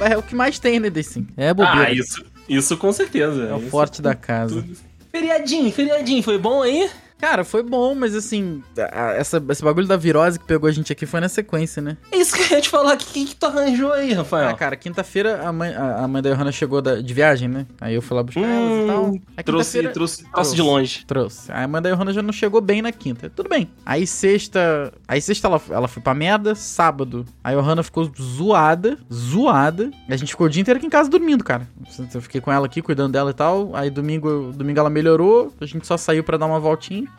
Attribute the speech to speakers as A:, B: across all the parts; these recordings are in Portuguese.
A: É, é o que mais tem, né, assim. É bobeira.
B: Ah, isso, isso com certeza.
A: É o
B: Isso
A: forte da casa.
B: tudo. Feriadinho, feriadinho, foi bom aí?
A: Cara, foi bom, mas assim, a- a- essa, esse bagulho da virose que pegou a gente aqui foi na sequência, né?
B: É isso que eu ia te falar. O que, que, que tu arranjou aí, Rafael?
A: Ah, cara, quinta-feira a mãe, a a mãe da Johanna chegou da- de viagem, né? Aí eu fui lá buscar
B: Hum,
A: elas e tal. Aí
B: trouxe,
A: quinta-feira-
B: trouxe, trouxe de longe.
A: Trouxe. Aí a mãe da Johanna já não chegou bem na quinta. Tudo bem. Aí sexta. Aí sexta ela, ela foi pra merda. Sábado. A Johanna ficou zoada. Zoada. E a gente ficou o dia inteiro aqui em casa dormindo, cara. Eu fiquei com ela aqui, cuidando dela e tal. Aí domingo, domingo ela melhorou. A gente só saiu pra dar uma voltinha.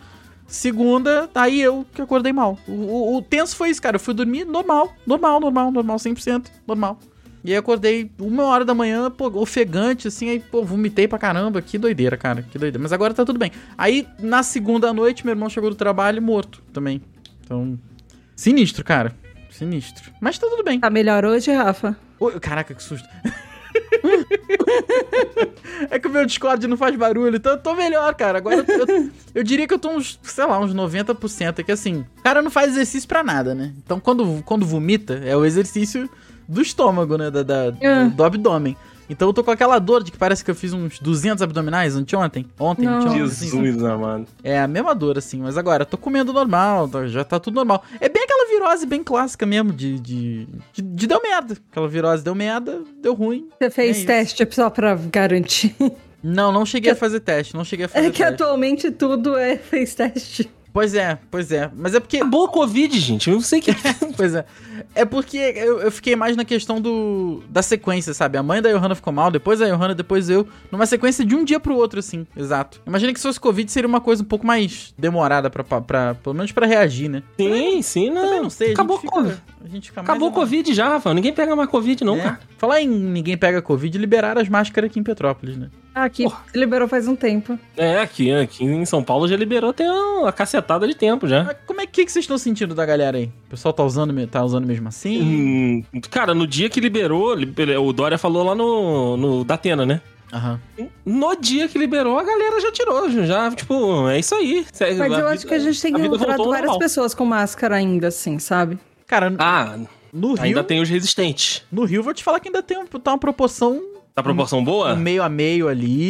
A: Segunda, tá aí eu que acordei mal. O, o- o tenso foi isso, cara. Eu fui dormir normal, normal, normal, normal, 100%, normal. E aí acordei uma hora da manhã, pô, ofegante, assim, aí, pô, vomitei pra caramba. Que doideira, cara, que doideira. Mas agora tá tudo bem. Aí, na segunda noite, meu irmão chegou do trabalho morto também. Então, sinistro, cara. Sinistro. Mas tá tudo bem.
C: Tá melhor hoje, Rafa?
A: Oi, caraca, que susto. é que o meu Discord não faz barulho, então eu tô melhor, cara. Agora eu, tô- eu- eu diria que eu tô uns, sei lá, uns 90%. É que assim, o cara não faz exercício pra nada, né? Então quando, quando vomita, é o exercício do estômago, né? Da, da-
C: Ah.
A: do, do abdômen. Então eu tô com aquela dor de que parece que eu fiz uns 200 abdominais anteontem. Ontem,
C: Não.
A: anteontem. assim, sabe?
B: Jesus, amado.
A: É a mesma dor, assim, mas agora eu tô comendo normal, tá- já tá tudo normal. É bem aquela virose bem clássica mesmo, de. de, de, de deu merda. Aquela virose deu merda, deu ruim.
C: Você
A: É
C: fez
A: isso.
C: teste só pra garantir.
A: Não, não cheguei a fazer teste, não cheguei a fazer
C: É que
A: teste.
C: atualmente tudo é fez teste.
A: Pois é, pois é. Mas é porque.
B: Acabou a Covid, gente. Eu não sei o que.
A: Pois é. É porque eu, eu fiquei mais na questão do da sequência, sabe? A mãe da Johanna ficou mal, depois a Johanna, depois eu. Numa sequência de um dia pro outro, assim, exato. Imagina que se fosse Covid seria uma coisa um pouco mais demorada, pra, pra, pra- pelo menos pra reagir, né?
B: sim, sim,
A: Também
B: não.
A: não sei, a gente
B: Ah, Acabou a
A: fica-
B: Covid.
A: a gente fica mais
B: Acabou a
A: na-
B: Covid já, Rafael. Ninguém pega mais Covid, não,
A: É.
B: cara.
A: Falar em ninguém pega Covid, liberaram as máscaras aqui em Petrópolis, né?
C: Ah, Aqui liberou faz um tempo.
B: É, aqui, aqui em São Paulo já liberou tem uma cacetada de tempo já.
A: Mas como é que, que vocês estão sentindo da galera aí? O pessoal tá usando, me- tá usando mesmo assim?
B: Hum, cara, no dia que liberou, liber- o Dória falou lá no, no Datena, né?
A: Aham.
B: No dia que liberou, a galera já tirou, já, tipo, é isso aí. Segue-
C: Mas
B: a
C: eu
B: vida-
C: acho que a gente tem
B: a vida
C: encontrado
B: voltou ao
C: várias
B: normal.
C: pessoas com máscara ainda, assim, sabe?
A: Cara,
B: Ah,
A: no
B: ainda
A: Rio,
B: tem os resistentes.
A: no Rio vou te falar que ainda tem um- tá uma proporção
B: Tá proporção boa?
A: um meio a meio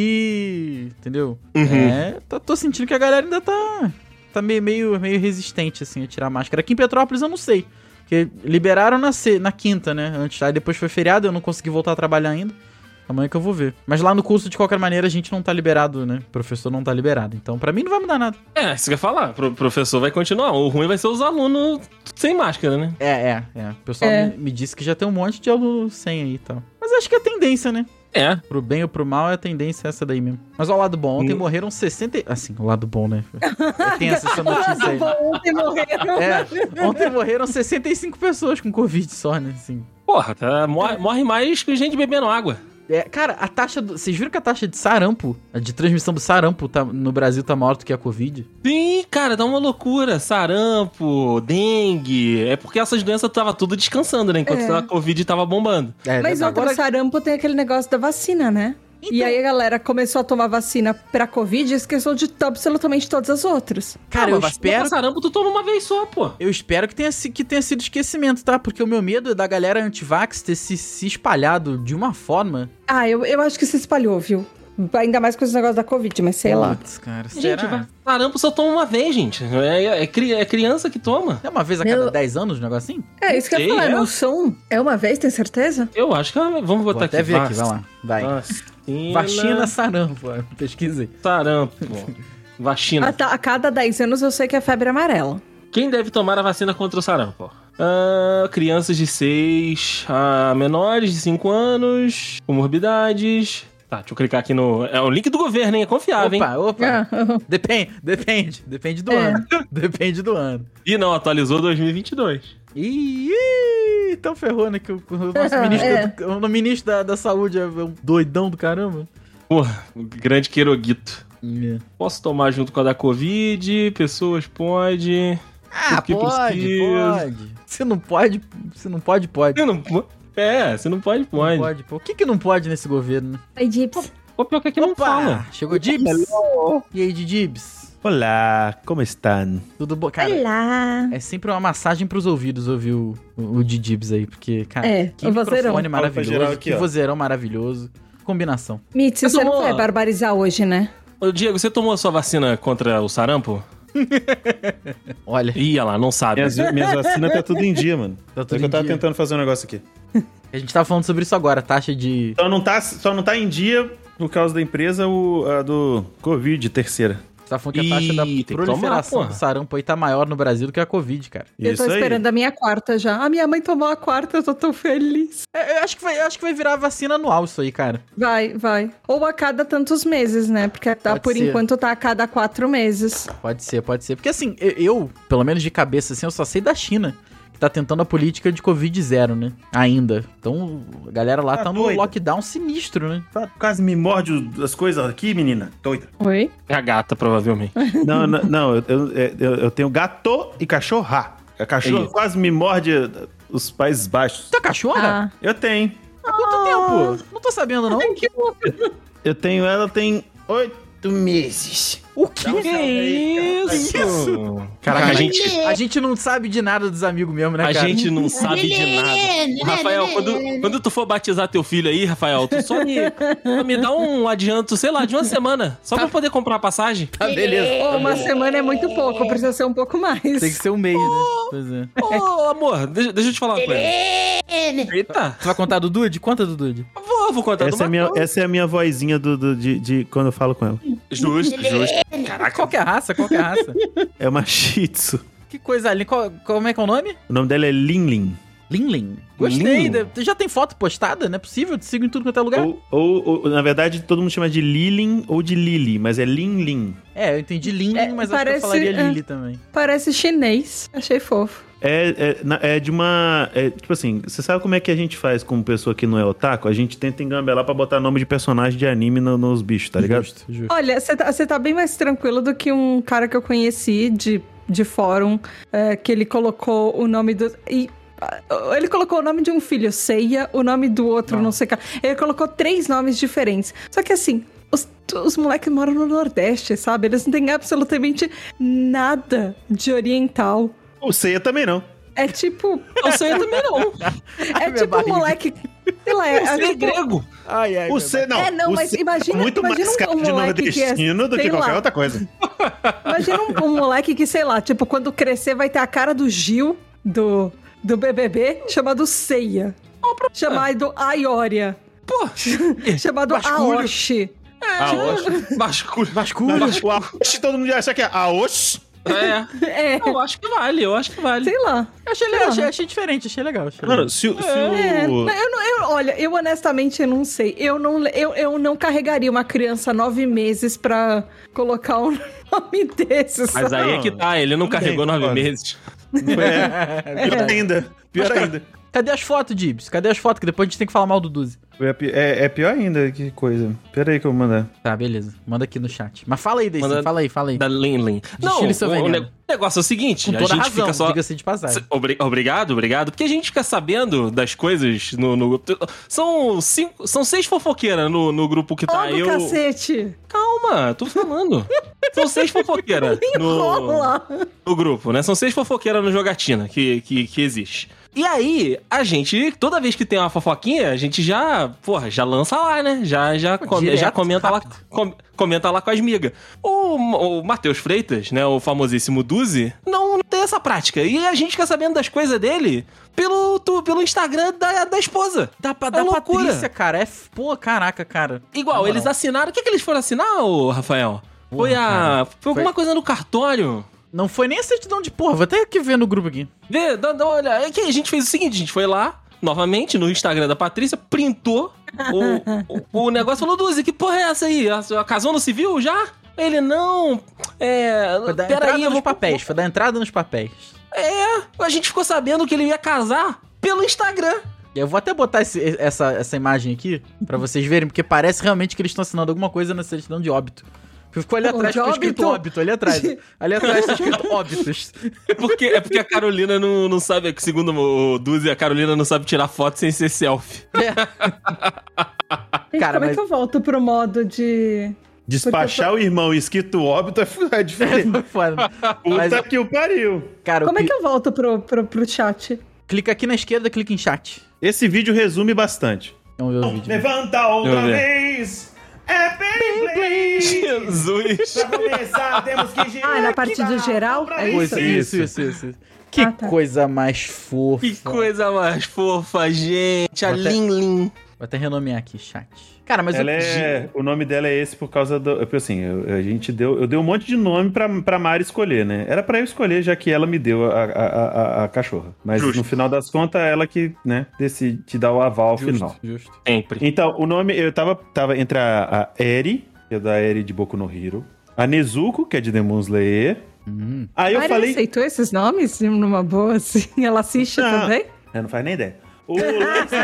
A: ali, entendeu?
B: Uhum.
A: É, tá- tô sentindo que a galera ainda tá tá meio, meio, meio resistente assim a tirar a máscara. Aqui em Petrópolis eu não sei. Porque liberaram na, se- na quinta, né? Antes, aí depois foi feriado, eu não consegui voltar a trabalhar ainda. Amanhã que eu vou ver. Mas lá no curso, de qualquer maneira, a gente não tá liberado, né? O professor não tá liberado. Então, pra mim, não vai mudar nada.
B: É, isso que eu ia falar. O professor vai continuar. O ruim vai ser os alunos sem máscara, né?
A: É, é, é. O pessoal
C: É.
A: Me, me disse que já tem um monte de aluno sem aí e tal. Mas acho que é a tendência, né?
B: É.
A: Pro bem ou pro mal, é a tendência essa daí mesmo. Mas ó, o lado bom, ontem
B: Hum.
A: morreram 60. e- Assim, o lado bom, né? É tensa
B: Tá
A: essa notícia aí.
C: Tá Ontem morreram.
A: É, ontem morreram 65 pessoas com Covid só, né? Assim.
B: Porra, tá-
C: É.
B: morre, morre mais que gente bebendo água.
A: É, cara, a taxa do. Vocês viram que a taxa de sarampo, a de transmissão do sarampo tá, no Brasil tá maior do que a Covid?
B: Sim, cara, dá uma loucura. Sarampo, dengue. É porque essas doenças tava tudo descansando, né? Enquanto
C: É.
B: a Covid tava bombando.
A: É,
C: Mas outra, o sarampo tem aquele negócio da vacina, né?
A: Então,
C: E
B: Então.
C: aí a galera começou a tomar vacina pra Covid e esqueceu de to- absolutamente todas as outras.
A: Cara,
B: Ah,
A: eu
B: mas vacina pra
A: espero
B: sarampo tu toma uma vez só, pô.
A: Eu espero que tenha, si- que tenha sido esquecimento, tá? Porque o meu medo é da galera antivax ter se, se espalhado de uma forma.
C: Ah, eu, eu acho que se espalhou, viu? Ainda mais com esse negócio da Covid, mas sei lá.
A: Putz, cara, será?
B: Gente, va- sarampo só toma uma vez, gente. É, é cri- é criança que toma.
A: É uma vez a cada
C: Meu-
A: 10 anos, um negócio assim?
C: É, isso que eu ia
B: Sei,
C: falar,
B: é.
C: não são? É uma vez, tem certeza?
B: Eu acho que... ela- Vamos botar
A: Vou até
B: tá aqui.
A: ver aqui, vai lá. Vai.
B: Vacina,
A: Vacina sarampo, é, pesquisei.
B: sarampo.
C: A,
B: Vacina.
C: ta- a cada 10 anos eu sei que é febre amarela.
B: Quem deve tomar a vacina contra o sarampo? Ah, crianças de 6 a menores de 5 anos, comorbidades. Tá, deixa eu clicar aqui no. É o link do governo, hein? É confiável, hein?
A: Opa, opa.
C: Ah,
A: Depende, depende. Depende do
C: É.
A: ano. Depende do ano.
B: E não, atualizou 2022.
A: Ih, ih, então ferrou, né? Que o, o nosso ministro,
C: É.
A: da- o ministro da, da saúde é um doidão do caramba.
B: Porra, o grande Queroguito.
A: É.
B: Posso tomar junto com a da Covid? Pessoas pode.
A: Ah,
B: Porque
A: pode,
B: precisa.
A: pode. Se não pode, se não pode, pode.
B: Você não po- É, você não pode, pode.
A: Não pode, pô. O que, que não pode nesse governo, né?
C: Oi, Dips.
B: O pior que aqui não Então fala.
A: Chegou Dibs. E aí, Dibs?
D: Olá, como estão?
A: Tudo bom, cara.
C: Olá!
A: É sempre uma massagem pros ouvidos ouvir o, o, o Didibs aí, porque, cara,
C: É,
A: que
C: o vozeirão.
A: microfone
D: Fala pra geral
A: maravilhoso,
D: aqui,
A: que
D: ó.
A: vozeirão maravilhoso. Combinação.
C: Mitz,
B: Eu
C: você
B: sou
C: não
B: uma-
C: vai barbarizar hoje, né?
B: Ô, Diego, você tomou a sua vacina contra o sarampo?
A: Olha,
B: Ia lá, não sabe.
D: Minhas, minhas vacinas tá tudo em dia, mano.
A: Tá tudo
D: Só que
A: em
D: eu tava
A: dia.
D: tentando fazer um negócio aqui.
A: a gente tava falando sobre isso agora, taxa de...
D: Só não tá, só não tá em dia, por causa da empresa, o, a do Covid, terceira.
A: Você tava falando que a taxa
B: Ih,
A: da
B: tem que tomar,
A: proliferação
B: porra.
A: do sarampo aí tá maior no Brasil do que a Covid, cara.
C: eu tô esperando a minha quarta já. A minha mãe tomou a quarta, eu tô tão feliz.
A: É, eu, acho que vai, eu acho que vai virar vacina anual isso aí, cara.
C: Vai, vai. Ou a cada tantos meses, né? Porque tá,
A: Pode
C: por
A: ser.
C: enquanto tá a cada quatro meses.
A: Pode ser, pode ser. Porque assim, eu, eu, pelo menos de cabeça assim, eu só sei da China, que tá tentando a política de Covid zero, né? Ainda. Então, a galera lá tá,
D: Tá
A: num
D: doida.
A: lockdown sinistro, né?
D: Tá, quase me morde o- as coisas aqui, menina. Doida.
C: Oi?
B: É a gata, provavelmente.
D: Não, não, não, eu, eu, é, eu- eu tenho gato e cachorra. A cachorra
B: Isso.
D: quase me morde os Países Baixos.
A: Tá cachorra?
C: Ah,
D: Eu tenho.
A: Há quanto tempo? Não tô sabendo, não.
D: Eu tenho ela tem oito meses.
A: O é quê?
D: um
B: Que isso? Caraca, a gente,
A: A gente não sabe de nada dos amigos mesmo, né,
B: a
A: cara?
B: gente não sabe de nada. Ô, Rafael, quando, quando tu for batizar teu filho aí, Rafael, tu só me, só me dá um adianto, sei lá, de uma semana. Só pra poder comprar a passagem.
A: Ah,
D: Tá beleza.
C: Ô, uma semana é muito pouco, precisa ser um pouco mais.
A: Tem que ser um mês, né? Pois é.
B: Ô, amor, deixa, deixa eu te falar uma coisa. Eita.
A: Tu vai contar do Dude? Conta do Dude.
B: Vou, vou contar do
D: Essa é, a minha, essa é a minha vozinha do, do- de, de quando eu falo com ela.
B: Justo, justo. Caraca,
A: Qual que é a raça? Qual que é a raça?
D: É uma Shih Tzu.
A: que coisa ali. Qual- como é que é o nome?
D: O nome dela é Linlin.
A: Linlin. Gostei.
B: Linlin.
A: deve- Já tem foto postada? Não é possível? Te sigo em tudo quanto é lugar.
D: Ou, ou- ou, na verdade, todo mundo chama de Lilin ou de Lili, mas é Linlin.
A: É, eu entendi Linlin,
C: É,
A: mas
C: parece-
A: acho que eu falaria
C: é.
A: Lily também.
C: Parece chinês. Achei fofo.
D: É, é, na- é de uma. é, tipo assim, você sabe como é que a gente faz como pessoa que não é otaku? A gente tenta engambelar pra botar nome de personagem de anime no- nos bichos, tá ligado?
A: Justo, justo.
C: Olha, você tá, você tá bem mais tranquilo do que um cara que eu conheci de, de fórum, é, que ele colocou o nome do. e, ah, ele colocou o nome de um filho, Ceia, o nome do outro, não sei o que. Ele colocou três nomes diferentes. Só que assim, os, os moleques moram no Nordeste, sabe? Eles não têm absolutamente nada de oriental.
D: O Seiya também não.
C: É tipo.
B: eu sei também não.
A: Ai,
C: É
A: minha
C: tipo
A: barriga.
C: um moleque. Sei lá, é,
B: Eu
C: é
B: sei
C: tipo-
B: grego.
A: Ai, ai.
D: O
A: meu
D: C, não.
C: É, não,
D: o
C: mas
D: C
C: imagina-
D: é muito
C: imagina
D: mais
C: um
D: cara de
C: moleque que é,
D: nordestino do que
C: sei
D: qualquer
C: lá.
D: outra coisa.
C: Imagina um, um moleque que, sei lá, tipo, quando crescer vai ter a cara do Gil, do, do BBB, chamado Ceia. Chamado Aioria.
B: Pô,
C: Chamado
A: Basculho.
C: Aoshi.
A: É.
B: Ah, Aoshi. Basculho.
C: Um
A: Basculho.
D: Mas o Aoshi, todo mundo ia achar que é Aoshi.
B: É.
C: É,
B: Eu acho que vale, eu acho que vale.
C: sei lá.
A: Eu Achei legal, achei, achei diferente, achei legal. Achei legal.
D: Mano, se, o- se
C: É,
D: o...
C: eu não- eu- olha, eu honestamente eu não sei. Eu não, eu, eu não carregaria uma criança nove meses pra colocar um nome desses.
B: Mas aí é que tá, ele não
D: Tudo bem,
B: carregou nove
D: concordo.
B: meses.
D: É, pior
A: Verdade.
D: ainda. Pior
C: É.
D: ainda.
A: Cadê as fotos, Dibs? Cadê as fotos? Que depois a gente tem que falar mal do Duzi.
D: É, pi- é- é pior ainda, que coisa. Pera aí que eu vou mandar.
A: Tá, beleza. Manda aqui no chat. Mas fala aí, Deicin.
B: Manda-
A: Fala aí, fala aí.
B: Da Linlin. Não,
A: Chile seu
B: o, o
A: veneno.
B: ne- negócio é o seguinte,
A: Com
B: a
A: toda
B: gente
A: razão,
B: fica só...
A: diga-se de passagem.
B: Se- obri- obrigado, obrigado. Porque a gente fica sabendo das coisas no. no- são, cinco, são seis fofoqueiras no, no grupo que
C: Ó,
B: tá.
C: do
B: eu.
C: cacete.
B: Calma, tô falando. São seis fofoqueiras no,
C: Enrola.
B: no grupo, né? São seis fofoqueiras no jogatina que, que, que existe. E aí, a gente, toda vez que tem uma fofoquinha, a gente já, porra, já lança lá, né? Já, já, com-
A: direto,
B: já comenta, lá,
A: rápido.
B: com- comenta lá com as migas. O, Ma- o Matheus Freitas, né? O famosíssimo Duzi, não tem essa prática. E a gente fica sabendo das coisas dele pelo, tu- pelo Instagram da, da esposa.
A: Dá pra
B: É
A: dar
B: loucura.
A: Patrícia, cara. É. f- Pô, caraca, cara. Na
B: Igual,
A: moral.
B: eles assinaram. O que, que eles foram assinar, ô, Rafael? foi
A: Porra,
B: a.
A: cara.
B: Foi alguma coisa no cartório.
A: Não foi nem a certidão de porra. Vou até que ver no grupo aqui.
B: Vê, dá, dá uma olhada. É que a gente fez o seguinte, a gente foi lá, novamente, no Instagram da Patrícia, printou o, o, o negócio e falou, Duzi, que porra é essa aí? A- a- Casou no civil já? Ele, não, é...
A: Foi da entrada
B: Peraí, eu
A: nos
B: vou... É,
A: papéis. Foi da entrada nos papéis.
B: A gente ficou sabendo que ele ia casar pelo Instagram.
A: E Eu vou até botar esse- essa, essa imagem aqui pra vocês verem, porque parece realmente que eles estão assinando alguma coisa na certidão de óbito. Porque ficou ali
C: Ô,
A: atrás,
C: de
A: ficou escrito
C: óbito?
A: óbito, ali atrás. Ali atrás tá escrito óbitos.
B: É porque, é porque a Carolina não, não sabe, segundo o Duzi, a Carolina não sabe tirar foto sem ser selfie.
A: É.
C: Gente,
A: Cara,
C: como
A: mas-
C: é que eu volto pro modo de.
D: Despachar o irmão escrito óbito é fu- é diferente. é-
A: Foi foda. Mas,
D: Puta que o pariu.
A: cara,
C: Como é
A: pi-
C: que eu volto pro, pro, pro chat?
A: clica aqui na esquerda, clica em chat.
D: Esse vídeo resume bastante.
A: Vamos ver o vídeo.
D: Levanta outra
B: Eu vi.
D: vez. É Beyblade.
B: Jesus!
D: Pra começar, temos É que girar.
C: Ah, na parte
D: aqui
C: de
D: da-
C: geral? É
A: Pois,
C: isso?
A: isso, isso, isso, isso. Que
C: Ah, tá.
A: coisa mais fofa.
B: Que coisa mais fofa, gente. A
A: Vou até-
B: Lin Lin.
A: Vou até renomear aqui, chat. Cara, mas
D: Ela
A: eu-
D: é, o nome dela é esse por causa do. Porque assim, eu, a gente deu. Eu dei um monte de nome pra, pra Mari escolher, né? Era pra eu escolher, já que ela me deu a, a, a, a cachorra. Mas
B: Justo.
D: no final das contas, ela que, né, decide te dar o aval
A: justo,
D: final.
A: justo.
B: Sempre.
D: Então, o nome. Eu tava, tava entre a, a Eri, que é da Eri de Boku no Hero. A Nezuko, que é de Demon Slayer.
A: Hum.
D: Aí
C: Eu
D: eu falei.
C: aceitou esses nomes numa boa, assim? Ela assiste
D: Não.
C: também?
D: Eu não faz nem ideia. O lance-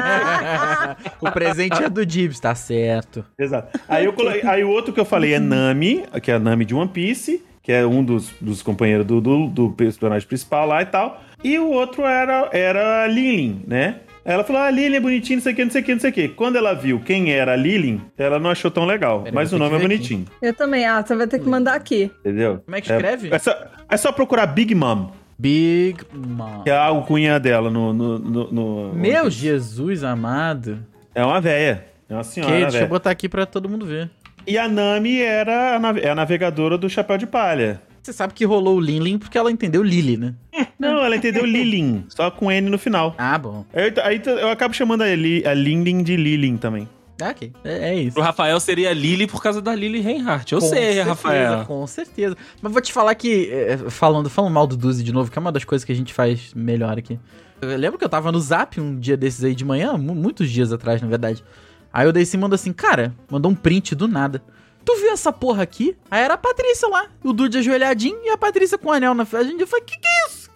A: o presente é do Dibs, tá certo.
D: Exato. Aí, eu coloquei- aí o outro que eu falei é Nami, que é a Nami de One Piece, que é um dos, dos companheiros do, do, do personagem principal lá e tal. E o outro era, era a Lilin, né? Ela falou, ah, a Lilin é bonitinha, não sei o que, não sei o que, não sei o que. Quando ela viu quem era a Lilin, ela não achou tão legal.
A: Peraí,
D: mas o
A: vou ter
D: nome é
A: que ver aqui.
D: bonitinho,
C: Eu também, ah, você vai ter que mandar aqui.
D: entendeu?
A: Como é que escreve?
D: É, é só, é só procurar Big Mom,
A: Big Mom.
D: que é a alcunha dela no... no, no, no-
A: Meu Jesus amado.
D: É uma véia. É uma
A: Que,
D: senhora
A: deixa
D: véia.
A: eu botar aqui pra todo mundo ver.
D: E a Nami era a, nave- é a navegadora do Chapéu de Palha.
A: Você sabe que rolou o Lin Lin porque ela entendeu Lily, né?
D: Não, ela entendeu Lilin, só com N no final.
A: Ah, bom.
D: Aí, aí eu acabo chamando a, Li, a Lindin de Lilin também.
A: Ah, ok. É, é isso.
B: Pro Rafael seria Lily por causa da Lily Reinhardt. Eu
A: Com
B: sei,
A: certeza,
B: Rafael.
A: Com certeza. Mas vou te falar que, é, falando, falando mal do Duzi de novo, que é uma das coisas que a gente faz melhor aqui. Eu lembro que eu tava no zap um dia desses aí de manhã, mu- muitos dias atrás, na verdade. Aí o Daisy manda assim, cara, mandou um print do nada. Tu viu essa porra aqui? Aí era a Patrícia lá, o Dude ajoelhadinho e a Patrícia com o anel na frente. A gente falou, que que é isso?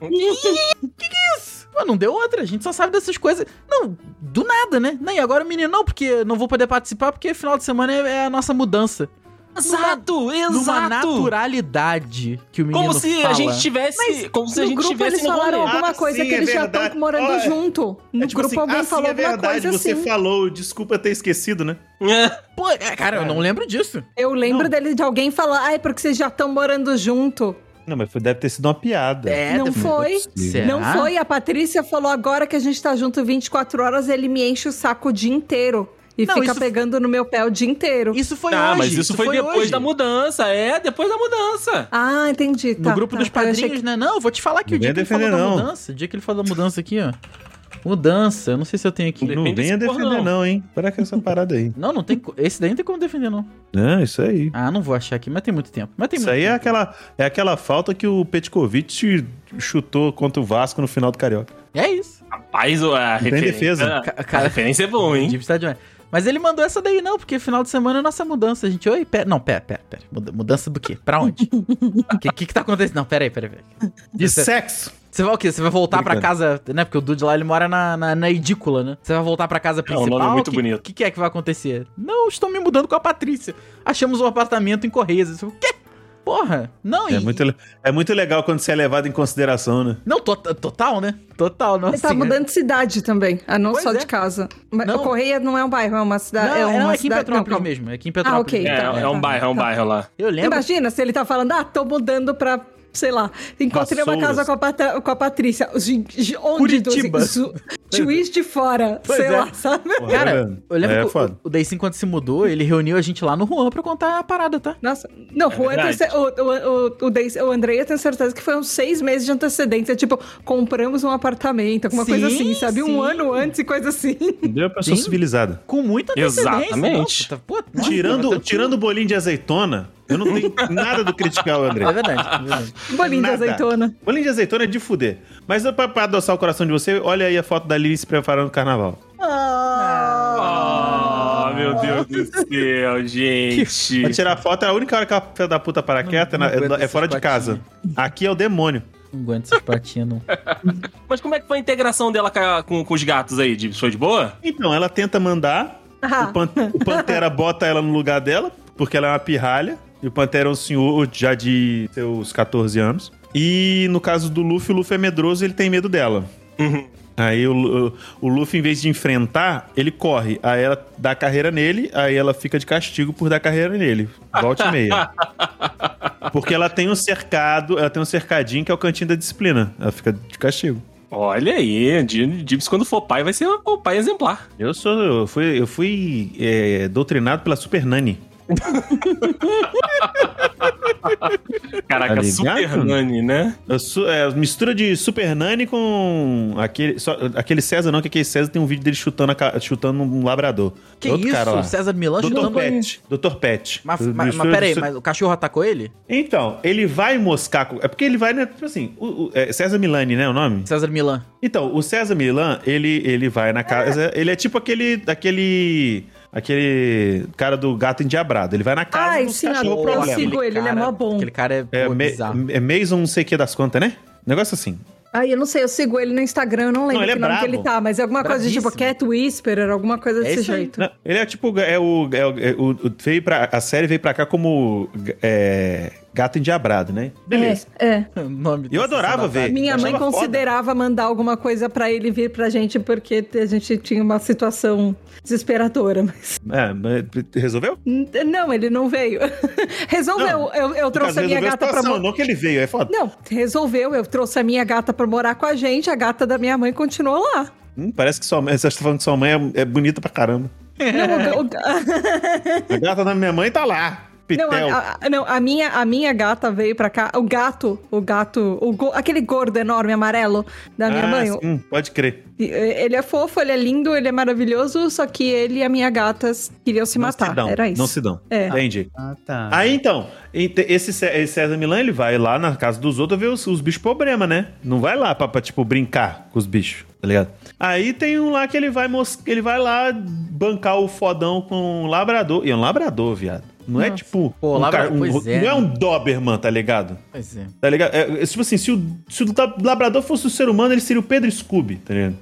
A: Mas não deu outra, a gente só sabe dessas coisas. Não, do nada, né? Nem agora o menino não, porque não vou poder participar, porque final de semana é- é a nossa mudança
B: Exato,
A: numa
B: exato.
A: naturalidade que o menino
B: Como se
A: fala.
B: a gente tivesse. como se a
C: no
B: gente
C: grupo eles
B: tivesse no
C: falaram
B: rolê.
C: alguma
D: Ah,
C: coisa
D: sim,
C: que
D: é
C: eles já
D: verdade.
C: estão morando
D: Olha,
C: junto. No
D: É tipo
C: grupo
D: assim,
C: alguém
D: ah, sim,
C: falou
D: é
C: alguma
D: verdade,
C: coisa
D: você
C: assim.
D: falou, desculpa ter esquecido, né?
B: Ah,
A: Pô, é, cara, eu não lembro disso.
C: Eu lembro
D: Não.
C: dele de alguém falar, ai, porque vocês já estão morando junto.
D: Não, mas foi- deve ter sido uma piada.
A: É,
C: não
A: deve-
C: foi.
A: Será?
C: Não foi. A Patrícia falou agora que a gente tá junto 24 horas, ele me enche o saco o dia inteiro. E
A: Não,
C: fica
A: isso-
C: pegando no meu pé o dia inteiro.
A: Isso foi
B: Ah,
A: hoje.
B: mas isso foi depois
A: hoje.
B: da mudança. É, depois da mudança.
C: Ah, entendi.
A: No
C: tá,
A: grupo
C: tá,
A: dos
C: tá, eu achei
A: padrinhos, né? Não, eu vou te falar que o
D: Não
A: dia
D: venha
A: que ele falou
D: defender,
A: da
D: não.
A: mudança, o dia que ele falou da mudança aqui, ó. Mudança, eu não sei se eu tenho aqui.
B: Não.
C: Uhum.
D: Não
B: depende
D: venha
B: desse porra,
D: defender não.
B: não.
D: hein? Para com essa parada aí.
A: Não, não tem. co- Esse daí não tem como defender, não.
D: Não, isso aí.
A: Ah, não vou achar aqui, mas tem muito tempo. Mas tem
D: Isso
A: muito
D: aí é
A: tempo. né?
D: aquela, é aquela falta que o Petkovic chutou contra o Vasco no final do Carioca.
A: É isso.
B: Rapaz, a
D: tem
B: referência.
D: defesa.
A: Ca-
B: A
A: cara,
B: referência é boa, hein?
A: Dibs tá demais. Mas ele mandou essa daí, não, porque final de semana é nossa mudança. A gente, oi, pera. Não, pera, pera, pera. Muda- Mudança do quê? Pra onde? O que, que que tá acontecendo? Não, pera aí, pera aí. Pera aí.
D: De
A: Isso é-
D: sexo!
A: Você vai o quê? Você vai voltar pra
D: Brincando.
A: casa, né? Porque o Dude lá, ele mora na, na, na edícula, né? Você vai voltar pra casa
B: É, o
A: principal?
B: nome é muito
A: que,
B: bonito.
A: O que, que é que vai acontecer? Não, estou me mudando com a Patrícia. Achamos um apartamento em Correias. Eu, falei, o quê? Porra, não,
D: É
A: e-
D: muito, le- é muito legal quando você é levado em consideração, né?
A: Não, to- total, né? Total, não
C: Ele tá
A: assim, né?
C: mudando de cidade também, ah, não
A: Pois
C: só
A: é.
C: de casa. Mas
A: Não.
C: o Correia não é um bairro, é uma cidade.
A: Não,
C: é uma
A: não, é aqui em
C: cidade... não,
A: Petrópolis
C: calma.
A: mesmo. É aqui em Petrópolis.
C: ok,
B: É,
C: tá.
B: é um bairro, é um bairro lá.
A: Eu lembro.
C: Imagina se ele tá falando, ah, tô mudando pra, sei lá, encontrei uma
D: Vassouras.
C: casa com a, Pat- com a Patrícia. Gi- gi- Onde?
A: Curitiba.
C: doze- Zu- Juiz de fora,
A: Pois
C: sei
A: é.
C: lá, sabe?
D: Porra,
A: Cara,
D: tá vendo?
A: eu lembro
D: É
A: que o-
D: foda.
A: o Day 5 quando se mudou, ele reuniu a gente lá no Juan pra contar a parada, tá?
C: Nossa, não, Juan, eu tenho
B: verdade.
C: cer- o, o, o, o, Deis- o Andrei, eu tenho certeza que foi uns seis meses de antecedência. Tipo, compramos um apartamento, alguma coisa
A: Sim,
C: assim, sabe? Um
A: sim.
C: ano antes e coisa assim.
D: Entendeu? Pessoa
A: Sim.
D: civilizada.
A: Com muita antecedência. tá-
B: Exatamente.
A: Não, puta, puta,
D: Tirando,
A: puta,
D: tirando o bolinho de azeitona, eu não tenho nada do criticar o André.
A: É verdade, é verdade.
C: Bolinho de
D: Nada.
C: azeitona.
D: Bolinho de azeitona é de fuder. Mas pra, pra adoçar o coração de você, olha aí a foto da Lili se preparando no carnaval.
B: Ah, meu Deus do céu,
D: Pra
B: gente.
D: tirar a foto, é a única hora que a filha da puta para quieta é,
A: não
D: na-
A: aguento
D: é,
A: essas
D: fora de casa. Aqui é o demônio.
A: Não aguento essas patinhas, não.
B: Mas como é que foi a integração dela com, a- com- com os gatos aí, Dibs? Foi de boa?
D: Então, ela tenta mandar,
C: Ah.
D: o, pan- o Pantera bota ela no lugar dela, porque ela é uma pirralha. E o Pantera é um senhor já de seus 14 anos. E no caso do Luffy, o Luffy é medroso e ele tem medo dela. Aí o, o, o Luffy, em vez de enfrentar, ele corre. Aí ela dá carreira nele, aí ela fica de castigo por dar carreira nele. Volte e meia. Porque ela tem um cercado, ela tem um cercadinho que é o cantinho da disciplina. Ela fica de castigo.
B: Olha aí, Dips quando for pai vai ser um pai exemplar.
D: Eu sou. Eu fui, eu fui é, doutrinado pela Super Nani.
B: Caraca,
D: ligado?
B: Super Nani, né?
D: Eu sou- é, mistura de Super Nani com. Aquele, só- aquele César, não, que aquele César tem um vídeo dele chutando, a ca- chutando um labrador.
A: Que
D: Outro
A: isso?
D: cara lá.
A: César Milan
D: Dr.
A: chutando...
D: Pet. é Dr. Pet.
A: Mas,
D: Mistura
A: mas, mas
D: de
A: peraí,
D: su-
A: mas o cachorro atacou ele?
D: Então, ele vai moscar. com- É porque ele vai, né? Tipo assim, o, o- é César Milani, né? O nome?
A: César Milan.
D: Então, o César Milan, ele, ele vai na casa. Ele é tipo aquele. aquele. aquele cara do gato endiabrado. Ele vai na casa
C: Ai,
D: dos
C: sim,
D: cachorro
C: eu
D: problema.
C: sigo ele, ele é mó bom.
A: Aquele cara é,
D: É,
A: pô,
D: me,
A: bizarro.
D: é Mason não sei o que das contas, né? Negócio assim.
C: Aí eu não sei, eu sigo ele no Instagram, eu não lembro
D: Não, ele é
C: que nome que
D: brabo.
C: ele tá, mas é alguma coisa de tipo
A: Bravíssimo.
C: Cat Whisperer, alguma coisa
A: É
C: desse
A: isso aí.
C: jeito.
D: Não, ele é tipo. É o, é o, é o- o- veio pra, a série veio pra cá como. é, gato endiabrado, né? Beleza.
C: É, é.
A: O nome
D: Eu
A: dessa
D: adorava
A: cidade.
D: ver.
C: Minha mãe
D: Achava foda.
C: considerava mandar alguma coisa pra ele vir pra gente, porque a gente tinha uma situação desesperadora, mas...
D: É, mas resolveu?
C: N- Não, ele não veio. Resolveu,
D: Não,
C: eu, eu trouxe a minha
D: Resolveu
C: gata pra...
D: situação,
C: mo-
D: Não que ele veio, é foda.
C: Não, resolveu, eu trouxe a minha gata pra morar com a gente, a gata da minha mãe continuou lá.
D: Hum, parece que sua mãe. Você tá falando que sua mãe é, é bonita pra caramba. É.
C: Não, o- o-
D: A gata da minha mãe tá lá. Pitel.
C: Não, a, a- não, a minha, a minha gata veio pra cá. O gato, o gato, o go- aquele gordo enorme amarelo da minha
D: Ah,
C: mãe. o-
D: sim, pode crer.
C: Ele é fofo, ele é lindo, ele é maravilhoso, só que ele e a minha gata s- queriam se matar.
D: não se dão.
C: Era isso.
D: Não se dão.
C: É.
D: Entendi.
E: Ah, tá.
D: Aí então, ente- esse Cé- esse César Milan, ele vai lá na casa dos outros ver os, os bichos problema, né? Não vai lá pra, pra, tipo, brincar com os bichos, tá ligado? Aí tem um lá que ele vai mos- ele vai lá bancar o fodão com um labrador. E é um labrador, viado. Não é tipo.
A: Pô,
D: um
A: labra-
D: um-
A: pois é,
D: Não é
A: né?
D: um Doberman, tá ligado?
A: Pois é.
D: Tá ligado? É, é, tipo assim, se o, se o lab- labrador fosse o ser humano, ele seria o Pedro Scooby, tá ligado?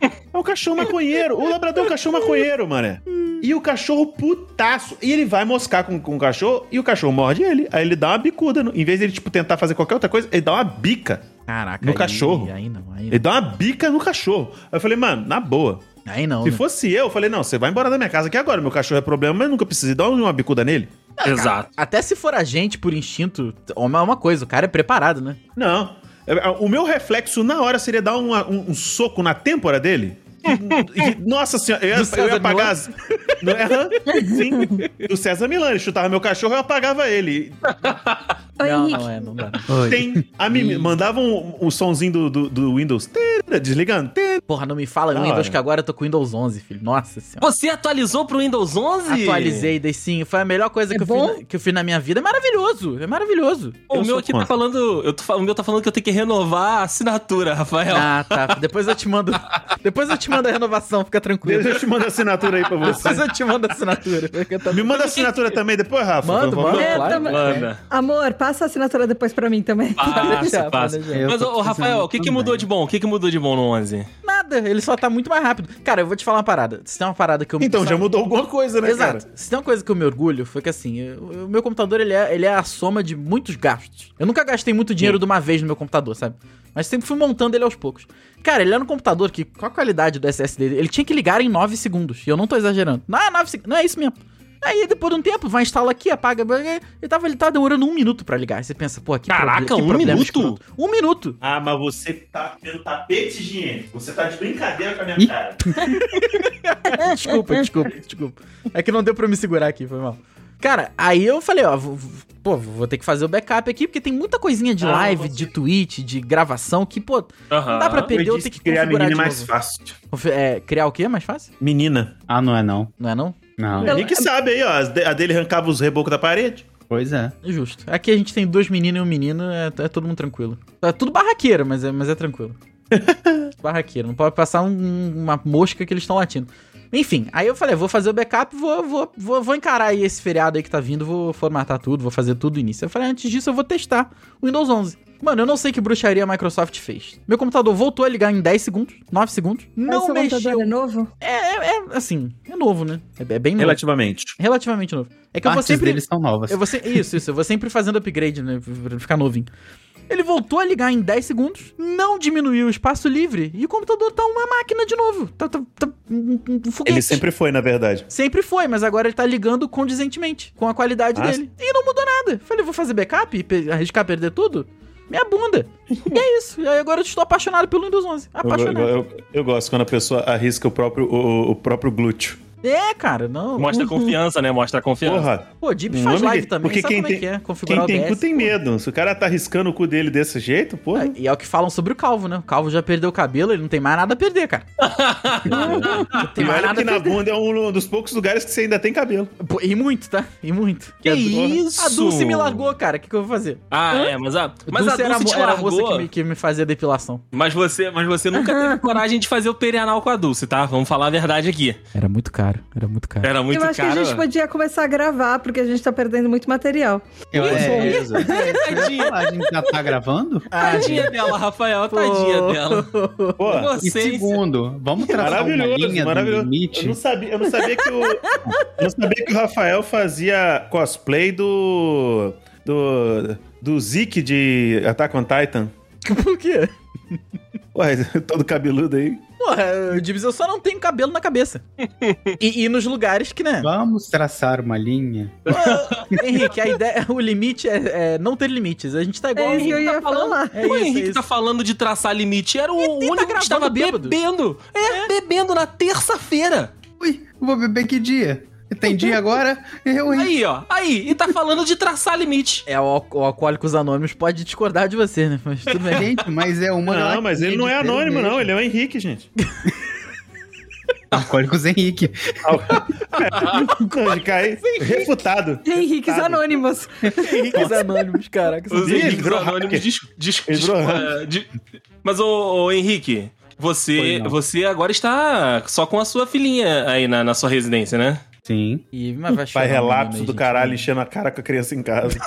D: É o cachorro maconheiro. O labrador é o cachorro maconheiro, mané. E o cachorro putaço. E ele vai moscar com, com o cachorro e o cachorro morde ele. Aí ele dá uma bicuda. no- Em vez de ele, tipo, tentar fazer qualquer outra coisa, ele dá uma bica.
A: Caraca.
D: No
A: aí-
D: cachorro.
A: Aí não, aí
D: Ele
A: não.
D: dá uma bica no cachorro. Aí eu falei, mano, na boa.
A: Aí não,
D: Se
A: né?
D: fosse eu, eu falei, não, você vai embora da minha casa aqui agora. Meu cachorro é problema, mas nunca precisei dar uma bicuda nele.
B: Exato.
A: Até se for a gente, por instinto, é uma uma coisa, o cara é preparado, né?
D: Não. É, O meu reflexo na hora seria dar uma- um, um soco na têmpora dele. E- e- nossa senhora, eu ia,
A: Do
D: eu ia
A: César
D: apagar as... Não, aham, sim. Do César Milan, ele chutava meu cachorro, eu apagava ele.
C: Ai,
A: não,
C: Henrique,
A: não é, não dá.
E: Oi.
D: Tem a mim, mandava um, um sonzinho do, do, do Windows, tê, desligando. tê.
A: Porra, não me fala
D: Da
A: Windows,
D: hora.
A: que agora eu tô com Windows 11, filho. Nossa senhora.
B: Você atualizou pro Windows 11?
A: Atualizei, dei sim. Foi a melhor coisa
C: É
A: que, eu
C: bom?
A: fiz na, que eu fiz na minha vida. É maravilhoso, é maravilhoso.
B: O
D: Eu
B: meu
D: sou
B: aqui tá
D: contra.
B: falando. Eu tô, fa- o meu tá falando que eu tenho que renovar a assinatura,
D: É.
B: Rafael.
A: Ah, tá. Depois eu te mando. Depois eu te mando a renovação, fica tranquilo.
D: Depois eu te mando a assinatura aí pra você.
A: Depois eu te mando a assinatura. fica tranquilo.
D: Me manda a assinatura
A: é?
D: também depois, Rafa.
A: Mando,
D: por favor.
A: mando,
C: É, Ah,
A: claro.
C: também.
B: Manda.
C: Amor, passa a assinatura depois pra mim também.
A: Pode
B: Passa,
A: deixar,
B: passa.
A: pode deixar.
B: Mas,
E: Eu
B: ô,
E: tô
B: Rafael, o que, que
E: precisando
B: mudou
E: também.
B: de bom? O que, que mudou de bom no 11?
A: Nada, ele só tá muito mais rápido. Cara, eu vou te falar uma parada. Se tem uma parada que eu
D: Então, já
A: sabe-
D: mudou alguma coisa, né,
A: Exato.
D: cara?
A: Se tem uma coisa que eu me orgulho, foi que assim, eu- o meu computador ele é, ele é a soma de muitos gastos. Eu nunca gastei muito dinheiro de uma vez no meu computador, sabe? Mas sempre fui montando ele aos poucos. Cara, ele era um computador que, com a qualidade do SSD, dele, ele tinha que ligar em 9 segundos. E eu não tô exagerando. Não, 9 segundos. Não é isso mesmo. Aí depois de um tempo, vai instalar aqui, apaga. blá, blá, blá. Ele tava, ele tava demorando um minuto pra ligar. Aí você pensa, pô, que
B: Caraca,
A: proble- que
B: um
A: problema
B: minuto?
A: escroto. Um minuto.
D: Ah, mas você tá tendo tapete higiênico. Você tá de brincadeira com a minha cara.
A: desculpa, desculpa, desculpa. É que não deu pra eu me segurar aqui, foi mal. Cara, aí eu falei, ó, vou- vou- pô, vou ter que fazer o backup aqui, porque tem muita coisinha de
D: Ah,
A: live,
D: você- Ah.
A: de tweet, de gravação, que, pô, não dá pra perder, eu tenho que
D: criar
A: configurar
D: menina
A: de
D: é mais
A: novo.
D: fácil.
A: Confi- é, criar o quê? Mais fácil?
D: Menina.
E: Ah, não é não.
A: Não é não?
E: Não.
D: O Nick sabe aí, ó. as de- A dele arrancava os rebocos da parede.
E: Pois é.
A: Justo. Aqui a gente tem dois meninos e um menino, é, é todo mundo tranquilo. É tudo barraqueiro, mas é, mas é tranquilo. barraqueiro. Não pode passar um- uma mosca que eles estão latindo. Enfim, aí eu falei, vou fazer o backup, vou, vou, vou, vou encarar aí esse feriado aí que tá vindo, vou formatar tudo, vou fazer tudo do início. Eu falei, antes disso eu vou testar o Windows 11. Mano, eu não sei que bruxaria a Microsoft fez. Meu computador voltou a ligar em 10 segundos, 9 segundos. Não
C: Esse computador
A: mexeu.
C: é novo?
A: É, é, é, assim, é novo, né? É, é bem
D: Hum.
A: novo.
D: Relativamente.
A: Relativamente novo. É que eu vou
E: Partes
A: sempre...
E: deles são novas.
A: Eu vou se- Isso, isso. Eu vou sempre fazendo upgrade, né? Pra ficar novinho. Ele voltou a ligar em 10 segundos, não diminuiu o espaço livre e o computador tá uma máquina de novo. Tá, tá- tá um, um- um foguete.
D: Ele sempre foi, na verdade.
A: Sempre foi, mas agora ele tá ligando condizentemente com a qualidade
D: Ah,
A: dele. E não mudou nada. Falei, vou fazer backup e pe- arriscar perder tudo? Minha bunda. e é isso. E aí agora eu estou apaixonado pelo Windows 11.
D: Eu,
A: Apaixonado.
D: eu- eu- eu gosto quando a pessoa arrisca o próprio, o, o próprio glúteo.
A: É, cara, não.
B: Mostra
A: o-
B: confiança, né? Mostra confiança.
D: Porra.
A: Pô, Dib
D: um
A: faz
D: homem
A: live
D: que-
A: também,
D: porque
A: sabe
D: quem
A: como é
D: tem-
A: que é? Configurar
D: Quem
A: o
D: tem
A: OBS.
D: cu tem
A: pô.
D: medo. Se o cara tá arriscando o cu dele desse jeito, porra.
A: E é o que falam sobre o Calvo, né? O Calvo já perdeu o cabelo, ele não tem mais nada a perder, cara. não tem
D: E
A: mais
D: olha
A: nada
D: que
A: a
D: na
A: perder.
D: bunda é um dos poucos lugares que você ainda tem cabelo.
A: Pô, E muito, tá? E muito.
B: Que
A: A Du-
B: isso?
A: A Dulce me largou, cara. O que, que eu vou fazer?
B: Ah, é, mas a, mas
A: Dulce mo-
B: a Dulce te
A: a moça que
B: largou.
A: me, que me fazia depilação.
B: Mas você, mas você nunca teve coragem de fazer o perianal com a Dulce, tá? Vamos falar a verdade aqui.
A: Era muito caro, era muito caro.
B: Era muito
C: Eu acho que
B: caro.
C: a gente podia começar a gravar, porque a gente tá perdendo muito material.
E: Eu, é, é, exato.
B: Tadinha,
E: a gente já tá gravando?
A: Ah,
B: tadinha dela, Rafael, tadinha dela.
D: Pô,
E: E
B: Vocês.
E: segundo, vamos traçar uma
D: maravilhoso,
E: linha do
D: maravilhoso. Eu
E: limite?
D: não sabia, eu não sabia que o eu não sabia que o Rafael fazia cosplay do do do Zeke de Attack on Titan.
A: Por quê?
D: Ué, todo cabeludo aí.
A: Porra, Dibs, eu só não tenho cabelo na cabeça. e, e nos lugares que, né?
E: Vamos traçar uma linha?
A: Henrique, a ideia, o limite é, é não ter limites. A gente tá igual.
C: É
A: ao
C: isso que eu
A: Henrique.
C: ia falar.
A: É isso,
B: o
A: é
B: Henrique
A: isso.
B: tá falando de traçar limite. Era o único que
A: gravando
B: estava
A: bêbado.
B: bebendo. É, bebendo na terça-feira.
E: Ui, eu vou beber que dia? Tem dia agora? Eu, hein?
B: Aí, ó. Aí. E tá falando de traçar limite.
A: É, o, al- o Alcoólicos Anônimos pode discordar de você, né? Mas tudo bem.
E: Gente, mas é uma...
D: Não,
E: galáxia
D: mas ele não é
E: inteira
D: anônimo
E: mesmo.
D: não, ele é o Henrique, gente.
E: Alcoólicos Henrique.
D: Não, cai refutado.
A: é
C: Henriques
D: Refutado.
C: Anônimos.
A: Henriques Anônimos, caraca.
B: Os
D: Ih,
B: Henriques
D: virou
B: Anônimos
D: hacker.
B: dis, dis,
D: Ele
B: dis-
D: virou
B: eh,
D: hacker.
B: di- Mas, ô, ô, Henrique,
E: Foi,
B: você,
E: não.
B: você agora está só com a sua filhinha aí na, na sua residência, né?
E: Sim.
A: E, mas vai chorar,
D: Pai relapso
A: menino,
D: do
A: gente.
D: caralho enchendo a cara com a criança em casa.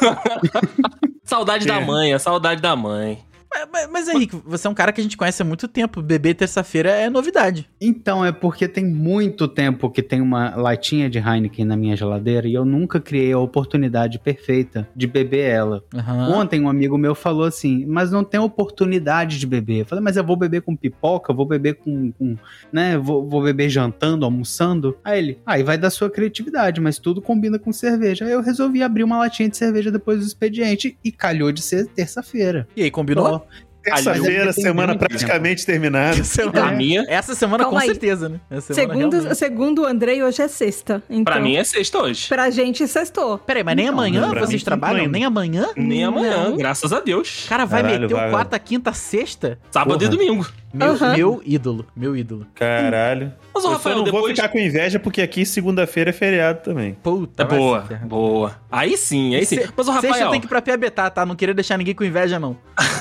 B: Saudade da
D: É.
B: mãe, a saudade da mãe.
A: Mas, mas- mas, Henrique, você é um cara que a gente conhece há muito tempo. Bebê terça-feira é novidade.
E: Então, é porque tem muito tempo que tem uma latinha de Heineken na minha geladeira e eu nunca criei a oportunidade perfeita de beber ela.
A: Aham.
E: Ontem um amigo meu falou assim, mas não tem oportunidade de beber. Eu falei, mas eu vou beber com pipoca, vou beber com, com, né, vou, vou beber jantando, almoçando. Aí ele, aí vai da sua criatividade, mas tudo combina com cerveja. Aí eu resolvi abrir uma latinha de cerveja depois do expediente e calhou de ser terça-feira.
A: E aí, combinou?
E: Ó,
D: Terça-feira,
E: Mas é
D: semana
E: muito
D: praticamente terminada.
B: Pra mim, é-
A: Essa semana,
C: Calma
A: com
C: aí.
A: certeza, né? Essa semana,
C: Segundo,
A: realmente.
C: segundo o Andrei, hoje é sexta. Então,
B: pra mim é sexta hoje.
C: pra gente, sextou.
A: Peraí, mas nem
E: Então,
A: amanhã
D: né, pra
A: vocês
D: mim,
A: trabalham?
D: incluindo.
A: Nem amanhã?
B: Nem amanhã,
C: Não.
B: graças a Deus.
A: Cara, vai
D: Caralho,
A: meter
D: vai,
A: o quarta, quinta, sexta?
B: Sábado
D: porra.
B: e domingo.
A: Meu,
C: Aham.
A: meu ídolo, meu ídolo.
D: Caralho.
B: Mas, ô,
D: Eu só
B: Rafael,
D: não vou
B: depois...
D: ficar com inveja porque aqui segunda-feira é feriado também.
A: Puta,
B: É
A: vai
B: boa,
A: se ferrar.
B: boa. Aí sim, aí sim.
A: Se-
B: Mas, ô,
A: Sexta
B: Rafael...
A: tem que ir pra Piabetá, tá? Não queria deixar ninguém com inveja, não.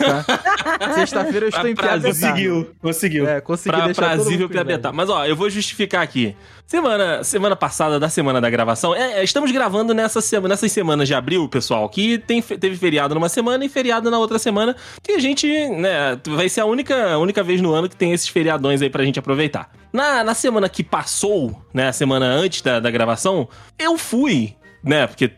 A: Tá? Sexta-feira eu estou
B: Pra
A: em Piabetá.
D: Conseguiu, conseguiu.
A: Ah, É, consegui
B: pra
A: deixar todo
B: prazível
A: mundo com inveja.
B: piabetá. Mas ó, eu vou justificar aqui. Semana, semana passada, da semana da gravação, é, é, estamos gravando nessa semana, nessas semanas de abril, pessoal, que tem, fe- teve feriado numa semana e feriado na outra semana, que a gente, né, vai ser a única, a única vez no ano que tem esses feriadões aí pra gente aproveitar. Na, na semana que passou, né, a semana antes da, da gravação, eu fui, né, porque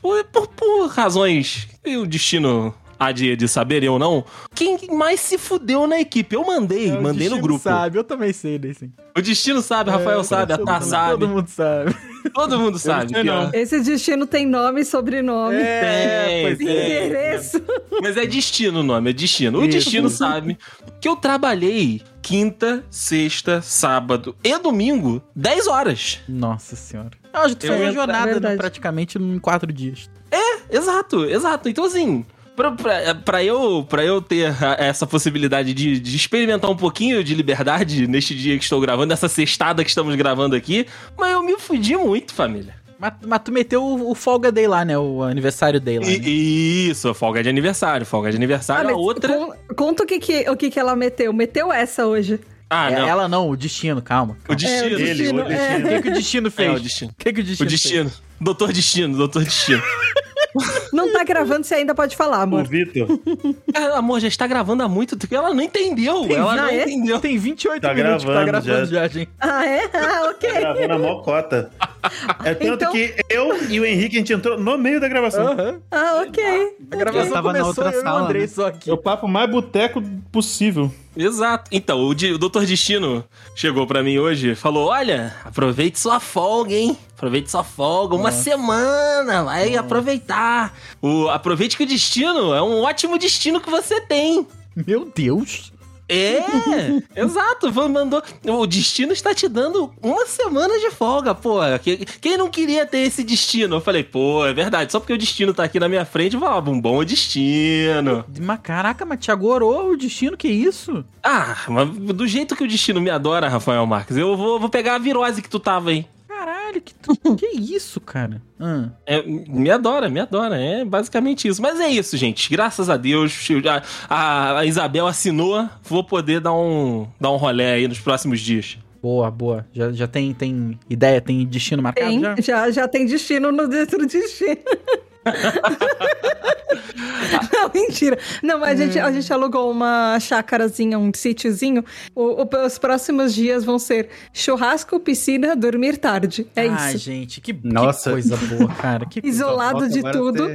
B: por, por- por razões que o destino há de, de saber, eu não, quem mais se fudeu na equipe? Eu mandei,
A: É, o
B: mandei no
A: destino
B: grupo.
A: sabe, eu também sei desse.
B: O destino sabe, Rafael sabe, a Tá
A: Todo
B: sabe,
A: mundo sabe.
B: todo mundo sabe.
D: sei
B: pior.
C: Esse destino tem nome e sobrenome.
B: É, pois é.
C: Endereço.
B: Mas é destino o nome, é destino. O
A: Isso.
B: destino sabe que eu trabalhei quinta, sexta, sábado e domingo, 10 horas.
A: Nossa senhora. Eu acho que tu
B: Eu
A: fez uma
C: entro-
A: jornada
C: Verdade.
A: né, praticamente em quatro dias.
B: Exato, exato. Então, assim, pra, pra, pra eu, pra eu ter a- essa possibilidade de, de experimentar um pouquinho de liberdade neste dia que estou gravando, essa sextada que estamos gravando aqui, mas eu me fudi muito, família.
A: Mas, mas tu meteu o, o Folga Day lá, né? O aniversário Day lá.
B: E,
A: né?
B: e isso, folga de aniversário, folga de
C: Ah,
B: aniversário.
C: mas
B: a Tá outra.
C: con- conta o que, que- o que, que ela meteu. Meteu essa hoje.
B: Ah,
A: É,
B: não.
A: Ela não, o destino, calma.
B: O
A: calma.
B: destino.
C: É, o
D: Ele,
C: destino,
D: o
C: é.
A: O que, que o destino fez?
B: É, o destino.
A: O que, que o
B: O
A: destino fez?
B: destino. Doutor Destino, doutor Destino.
C: Não tá gravando, você ainda pode falar,
D: O
C: amor.
D: Vitor
B: Cara, amor, já está gravando há muito tempo. Ela não entendeu. ela não
C: já é?
B: entendeu.
A: Tem 28
D: Tá
A: minutos que tá
D: gravando
A: gravando já, gente.
C: Ah, é? Ah, ok.
D: gravando tá a mocota. É tanto
C: Então-
D: que eu e o Henrique, a gente entrou no meio da gravação.
A: Aham.
B: Tá
C: Ah, ok.
A: A gravação
E: Eu tava na
A: começou
E: outra
A: eu e
E: sala,
A: o Andrei
E: né?
A: só aqui.
F: É o papo mais boteco possível.
B: Exato. Então, o, di- o Dr. Destino chegou pra mim hoje e falou: Olha, aproveite sua folga, hein? Aproveite sua folga, uma semana, vai aproveitar. O, aproveite que o destino é um ótimo destino que você tem.
A: Meu Deus.
B: É, exato. Foi- Mandou. O destino está te dando uma semana de folga, pô. Que- Quem não queria ter esse destino? Eu falei, pô, é verdade. Só porque o destino tá aqui na minha frente, eu falava, um bom destino.
A: Mas caraca, mas te agorou o destino, que isso?
B: Ah, mas do jeito que o destino me adora, Rafael Marques, eu vou, vou pegar a virose que tu tava aí.
A: Caralho, que, tu- que isso, cara? Ah,
B: É, me adora, me adora. É basicamente isso. Mas é isso, gente. Graças a Deus, a, a- a Isabel assinou. Vou poder dar um, dar um rolé aí nos próximos dias.
A: boa, boa. Já, já tem, tem ideia, tem destino marcado
B: Tá
C: Tem,
A: já?
C: já, já tem destino no dentro do destino. Não, mentira. Não, mas a gente,
B: Hum.
C: a gente alugou uma chácarazinha, um sítiozinho. O- o- os próximos dias vão ser churrasco, piscina, dormir tarde. É
A: Ai,
C: isso.
A: gente, que, que
E: Nossa.
A: coisa boa, cara. Que coisa
C: Isolado de tudo.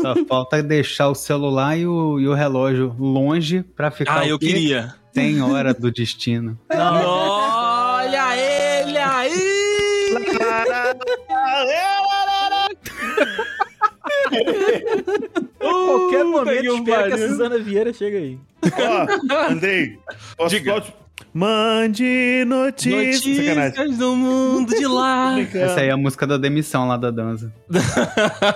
E: Só falta deixar o celular e o, e o relógio longe pra ficar
B: Ah, eu
E: o quê?
B: queria.
E: sem hora do destino.
B: Olha ele aí!
D: Ah, é!
A: Qualquer
B: Puta que
A: momento espera que a
B: pariu.
A: Suzana Vieira chega aí.
D: Ó, Andrei, posso
B: Diga.
D: posso- Mande notícias. Sacanagem.
B: Notícias do mundo de lá.
E: Essa aí é a música da demissão lá da dança.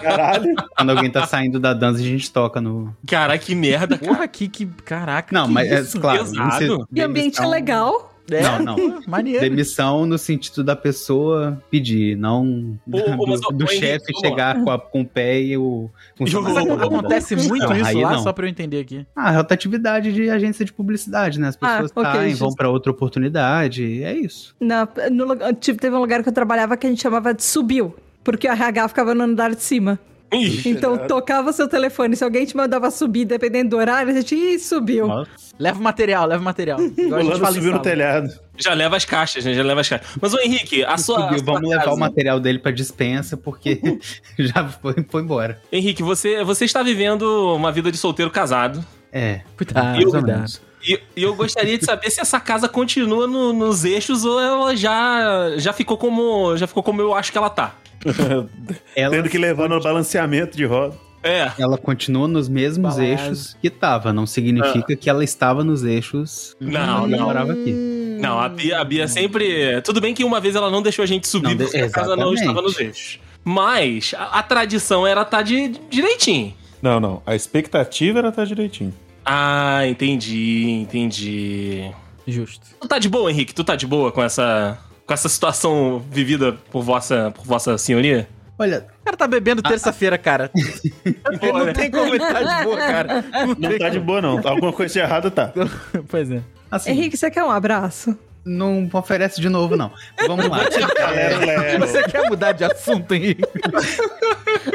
D: Caralho.
E: Quando alguém tá saindo da dança, a gente toca no.
B: Cara, que merda.
A: Porra, que, que caraca.
E: Não,
A: que
E: mas
A: isso?
E: é claro.
B: pesado.
E: se-
C: E ambiente
E: demissão-
C: legal. né?
A: É,
E: Não, não.
A: Maneiro.
E: Demissão no sentido da pessoa pedir, não
B: ô, mas, ô,
E: do, do
B: ô, Henrique,
E: chefe
B: vamos lá.
E: chegar com, a- com o pé e o. com o
B: E o- tá?
A: Mas
E: sapato na bunda.
A: acontece muito
E: Não,
A: isso
E: aí
A: lá,
E: não.
A: só pra eu entender aqui.
E: Ah, rotatividade de agência de publicidade, né? As
C: Ah,
E: pessoas
C: ok,
E: saem,
C: justo.
E: vão pra outra oportunidade, é isso.
C: Na, no lugar- tipo, teve um lugar que eu trabalhava que a gente chamava de subiu. Porque o RH ficava no andar de cima.
B: Ih,
C: Então
D: Caralho.
C: tocava seu telefone. Se alguém te mandava subir, dependendo do horário, a gente "Ih, subiu.
A: Leva o material, leva o material.
D: O
A: Igual a gente
D: Lando
A: fala em
D: subiu no
A: sala.
D: telhado.
B: já leva as caixas, né? Já leva as caixas. Mas, ô Henrique, a sua. a
E: Subiu,
B: sua
E: vamos levar
C: assim.
B: casa-
E: o material dele pra dispensa, porque já foi, foi embora.
B: Henrique, você, você está vivendo uma vida de solteiro casado.
E: É,
A: Cuidado,
E: mais ou
A: cuidado.
E: menos.
B: E, e eu gostaria de saber se essa casa continua no- nos eixos ou ela já, já ficou como. Já ficou como eu acho que ela tá.
E: Ela,
D: Tendo que levar no balanceamento de roda.
B: É.
E: ela continua nos mesmos
A: Balanço.
E: eixos que tava, não significa que ela estava nos eixos
B: Ah. Não,
E: quando ela
B: não.
E: morava aqui.
B: Não, a Bia, a Bia sempre. Tudo bem que uma vez ela não deixou a gente subir
E: Não, de-
B: porque a casa não
E: exatamente.
B: estava nos eixos. Mas a, a tradição era estar de, direitinho.
F: Não, não. A expectativa era estar direitinho.
B: Ah, entendi, entendi.
A: Justo.
B: Tu tá de boa, Henrique? Tu tá de boa com essa. com essa situação vivida por vossa, por vossa senhoria?
E: Olha,
A: O cara tá
E: Ah,
A: bebendo terça-feira, cara. Ele
B: Boa, né?
A: não tem como ele tá de boa, cara. Não
D: Não
A: tem
D: tá de boa, não. Alguma coisa de errada tá.
A: como. Pois é.
E: assim,
C: Henrique, você quer um abraço?
E: não oferece de novo, não. Vamos lá.
D: Galera, leva.
A: Você quer mudar de assunto, hein?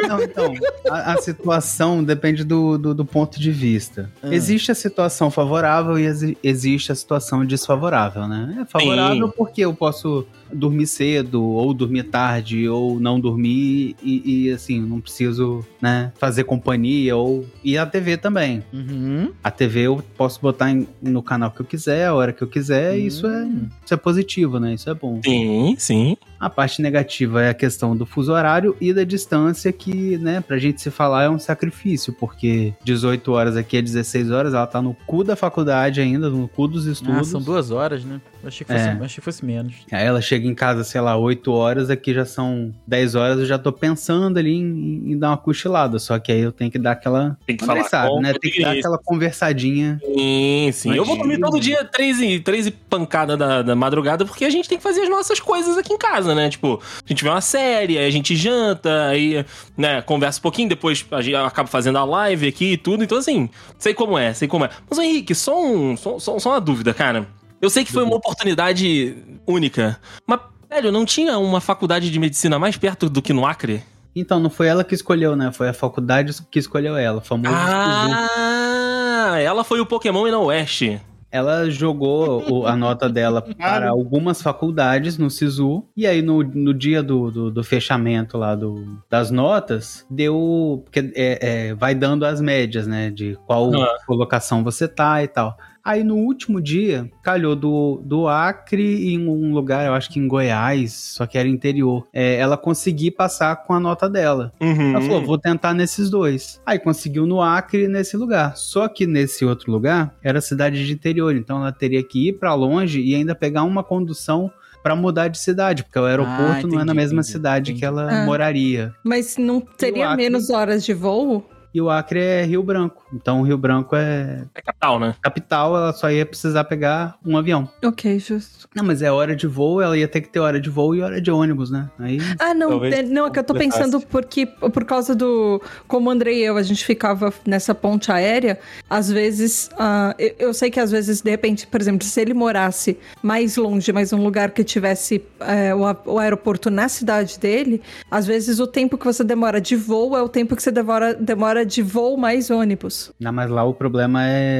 E: Não, então, a, a situação depende do, do, do ponto de vista.
A: Ah.
E: Existe a situação favorável e exi- existe a situação desfavorável, né? É favorável
B: Sim.
E: porque eu posso dormir cedo, ou dormir tarde, ou não dormir, e, e, assim, não preciso, né, fazer companhia, ou... E a TV também.
A: Uhum.
E: A TV eu posso botar em- no canal que eu quiser, a hora que eu quiser, e isso é,
A: Hum.
E: isso é positivo, né? Isso é bom.
B: Sim, sim.
E: A parte negativa é a questão do fuso horário e da distância, que, né, pra gente se falar é um sacrifício, porque 18 horas aqui é 16 horas, ela tá no cu da faculdade ainda, no cu dos
A: Ah,
E: estudos.
A: são duas horas, né? Eu achei que fosse,
E: É.
A: eu achei que fosse menos.
E: Aí ela chega em casa, sei lá, 8 horas, aqui já são 10 horas, eu já tô pensando ali em, em dar uma cochilada, só que aí eu tenho que dar aquela.
B: Tem que
E: André
B: falar
E: sabe,
B: com
E: né? Tem que dar
B: isso.
E: aquela conversadinha.
B: Sim, sim. Eu vou comer
E: Imagina.
B: todo dia três e, três e pancada da, da madrugada, porque a gente tem que fazer as nossas coisas aqui em casa, né? Tipo, a gente vê uma série, aí a gente janta, aí, né, conversa um pouquinho, depois a gente acaba fazendo a live aqui e tudo. Então, assim, sei como é, sei como é. Mas, ô, Henrique, só, um, só, só, só uma dúvida, cara. Eu sei que foi uma oportunidade única, mas, velho, não tinha uma faculdade de medicina mais perto do que no Acre?
E: Então, não foi ela que escolheu, né? Foi a faculdade que escolheu ela, o famoso. Suzu.
B: Ah, ela foi o Pokémon e não o Oeste.
E: Ela jogou o- a nota dela para algumas faculdades no SISU. E aí, no, no dia do, do, do fechamento lá do, das notas, deu. Porque é, é, vai dando as médias, né? De qual
B: Ah.
E: colocação você tá e tal. Aí no último dia, calhou do, do Acre em um lugar, eu acho que em Goiás, só que era interior. É, ela conseguir passar com a nota dela.
B: Uhum.
E: Ela falou,
A: Uhum.
E: vou tentar nesses dois. Aí conseguiu no Acre e nesse lugar. Só que nesse outro lugar era cidade de interior, então ela teria que ir pra longe e ainda pegar uma condução pra mudar de cidade, porque o aeroporto não é na
A: Ah, entendi,
E: mesma
A: entendi,
E: cidade
A: entendi.
E: que ela
C: Ah.
E: moraria.
C: Mas não teria
E: Acre?
C: menos horas de voo?
E: E o Acre é Rio Branco. Então Rio Branco é
B: É capital, né?
E: capital, ela só ia precisar pegar um avião.
C: Ok, justo.
E: Não, mas é hora de voo, ela ia ter que ter hora de voo e hora de ônibus, né? Aí
C: Ah, não,
F: Talvez
C: é- não, é que eu tô
F: completasse.
C: pensando porque, por causa do. Como o Andrei e eu, a gente ficava nessa ponte aérea, às vezes. ah, eu, eu sei que às vezes, de repente, por exemplo, se ele morasse mais longe, mas um lugar que tivesse eh, o, a- o aeroporto na cidade dele, às vezes o tempo que você demora de voo é o tempo que você demora, demora de voo mais ônibus.
E: Não, mas lá o problema é,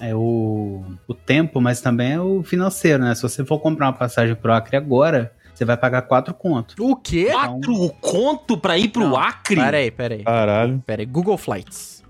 E: é, é o, o tempo, mas também é o financeiro, né? Se você for comprar uma passagem pro Acre agora, você vai pagar quatro conto.
A: O quê?
B: Quatro conto pra ir pro
E: Não,
B: Acre?
A: Peraí, peraí.
D: Ah.
F: Caralho.
A: Peraí, Google Flights.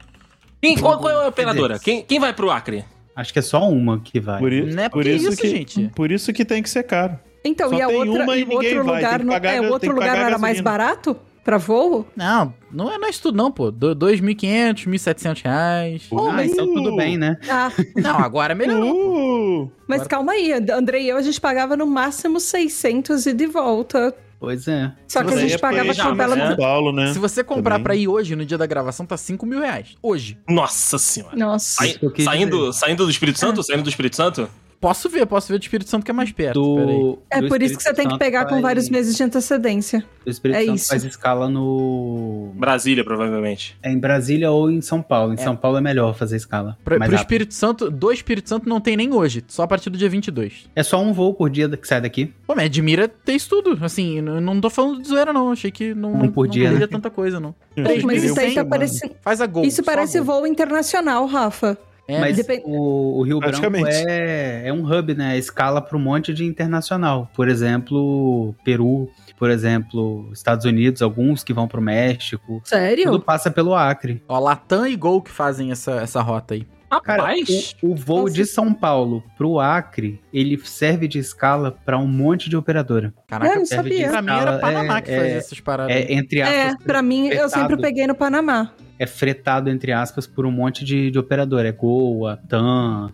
B: Quem, qual, qual é a operadora?
E: Deus.
B: Quem, quem vai pro Acre?
E: Acho que é só uma que vai.
F: Por, i-
A: Não é
F: por
A: porque
F: isso,
A: isso,
F: que,
A: gente.
F: Por isso que tem que ser caro.
C: Então,
F: Só
C: e a
F: tem
C: outra,
F: uma e
C: e o
F: ninguém
C: outro
F: vai, tem
C: lugar,
F: que
C: não-
F: pagar-
C: é, o
F: tem
C: outro
F: que
C: lugar
F: pagar
C: não era mais
F: gasolina.
C: barato pra voo?
A: Não, não é, não é isso tudo não, pô. Do- 2.500, 1.700 reais.
E: ah, então
F: Uh!
E: tudo bem, né?
C: Ah,
A: Não, agora é melhorou.
F: Uh!
C: Mas calma aí, And- Andrei e eu, a gente pagava no máximo 600 e de volta.
E: Pois é.
C: Só que
F: Mas
C: a
F: aí
C: gente
F: é
C: pagava
F: planejamento,
C: chapela
F: né?
C: no...
F: São Paulo, né?
A: Se você comprar
F: Também.
A: pra ir hoje, no dia da gravação, tá 5 mil reais. Hoje.
B: Nossa senhora.
C: Nossa.
B: Sai-
E: Aí- Isso que eu quis
B: saindo, saindo do Espírito Santo? Saindo do Espírito Santo?
A: Posso ver, posso ver do Espírito Santo que é mais perto. Peraí.
C: É
E: do
C: por isso que você
E: Espírito
C: tem que
E: Santo
C: pegar com
E: faz-
C: vários meses de antecedência.
E: O Espírito
C: É
E: Santo
C: isso.
E: faz escala no.
B: Brasília, provavelmente.
E: É em Brasília ou em São Paulo. Em São Paulo é melhor fazer escala.
A: Pra,
E: mais
A: pro
E: rápido.
A: Espírito Santo, do Espírito Santo não tem nem hoje, só a partir do dia 22.
E: É só um voo por dia que sai daqui.
A: Pô, me admira ter isso tudo. Assim, eu não tô falando de zoeira, não. Achei que não,
E: Um por dia,
A: não teria
E: né?
A: tanta coisa, não.
F: Gente,
C: Mas isso aí tá
A: mano.
C: parecendo...
A: Faz a gol.
C: Isso
A: só a
C: parece
A: gol.
C: voo internacional, Rafa.
A: É,
E: Mas
C: Depen-
E: o, o Rio Branco
F: Praticamente.
E: é, é um hub, né? Escala para um monte de internacional. Por exemplo, Peru, por exemplo, Estados Unidos, alguns que vão para o México. Tudo
C: Sério?
E: passa pelo Acre.
A: Ó, Latam e Gol que fazem essa, essa rota aí.
E: Cara,
B: Rapaz,
E: o, o voo
C: Nossa.
E: de São Paulo pro Acre, ele serve de escala para um monte de operadora.
A: Caraca,
C: Eu não
E: serve
C: sabia.
A: pra mim era
E: escala,
A: Panamá
E: é-
A: que fazia
E: é-
A: essas paradas.
E: É, entre
C: É,
E: aspas,
C: pra mim, eu
E: fretado.
C: sempre peguei no Panamá.
E: é fretado, entre aspas, por um monte de, de operador. É Goa, TAM,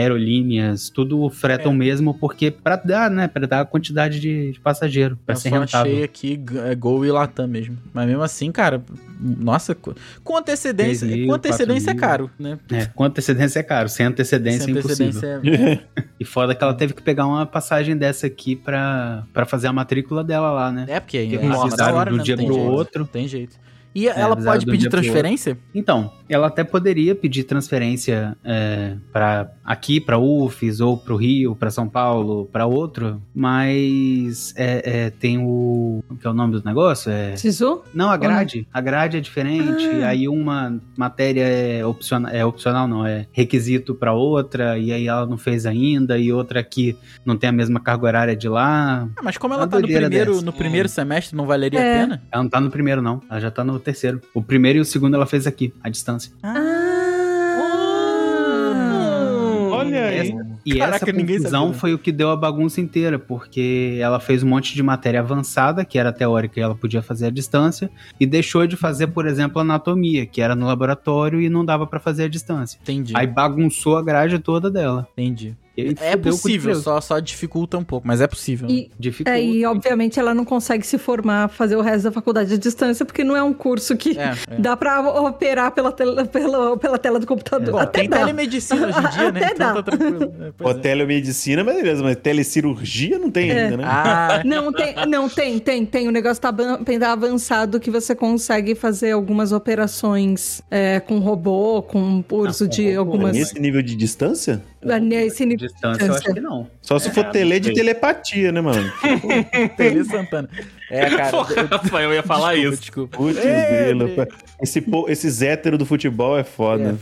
E: aerolíneas, tudo
A: É.
E: fretam mesmo, porque para dar, né? Pra dar a quantidade de, de passageiro, para
A: eu
E: ser
A: só
E: rentável.
A: achei aqui G- é, Gol e Latam mesmo. Mas mesmo assim, cara, nossa, co- com antecedência.
E: Três mil,
A: com antecedência é
E: quatro
A: caro, né?
E: É, com antecedência é caro, sem antecedência
A: Sem
E: é impossível.
A: é-
E: E foda que ela teve que pegar uma passagem dessa aqui pra, pra fazer a matrícula dela lá, né?
A: É, porque
E: Que
A: é
E: nossa,
A: acima da hora,
E: um do
A: né?
E: dia
A: Não tem
E: pro
A: jeito.
E: outro. É,
A: Não Tem jeito. E ela
E: avisaram
A: pode
E: do
A: pedir
E: um dia pro outro.
A: transferência?
E: Então, ela até poderia pedir transferência é, para aqui, pra UFES, ou pro Rio, pra São Paulo, pra outro, mas é, é, tem o. Como que é o nome do negócio? É.
C: Sisu?
E: Não, a grade. A grade é diferente.
C: Ah.
E: Aí uma matéria é opcional, é opcional, não, é requisito pra outra, e aí ela não fez ainda, e outra aqui não tem a mesma carga horária de lá.
A: Ah, mas como
E: Uma
A: ela tá no
E: doideira
A: primeiro,
E: dessa.
A: no primeiro semestre, não valeria
C: É.
A: a pena?
E: Ela não tá no primeiro, não. Ela já tá no terceiro. O primeiro e o segundo ela fez aqui, à distância.
C: Ah!
B: Hum.
F: Olha
A: é.
F: aí.
E: E
A: Caraca,
E: essa
A: ninguém
E: confusão
A: sabia.
E: foi o que deu a bagunça inteira, porque ela fez um monte de matéria avançada, que era teórica e ela podia fazer à distância, e deixou de fazer, por exemplo, anatomia, que era no laboratório e não dava pra fazer à distância.
A: Entendi,
E: Aí bagunçou a grade toda dela.
A: entendi.
E: E aí
A: É
E: fudeu com o
A: possível,
E: Deus.
A: só, só dificulta um pouco, mas é possível. né?
C: E,
E: Dificulta.
C: é, e obviamente ela não consegue se formar, fazer o resto da faculdade à distância, porque não é um curso que
A: É, é.
C: Dá pra operar pela tela, pela, pela tela do computador.
A: Bom,
C: Até
A: tem
C: dá.
A: telemedicina hoje em dia, né?
C: Até
A: Então
C: dá.
A: tá tranquilo. É, pois
F: Pô,
A: é.
F: telemedicina, mas beleza, mas telecirurgia não tem ainda, né?
A: Ah,
C: Não, tem, não, tem, tem, tem. O negócio tá, ban- tá avançado que você consegue fazer algumas operações é, com robô, com uso
E: com
C: de
E: robô,
C: algumas.
D: É
C: ah, né,
F: Nesse nível de distância?
C: Esse nível
E: Distância, eu acho que não.
D: Só se for
B: É,
D: tele
B: não
D: de
B: sei.
D: telepatia, né, mano?
A: Tele Santana. É, cara.
B: Porra, Rafael, eu ia falar
A: desculpa,
B: isso.
A: Desculpa.
D: Putz,
C: É,
D: grilo. Esse, po- esses héteros do futebol é foda.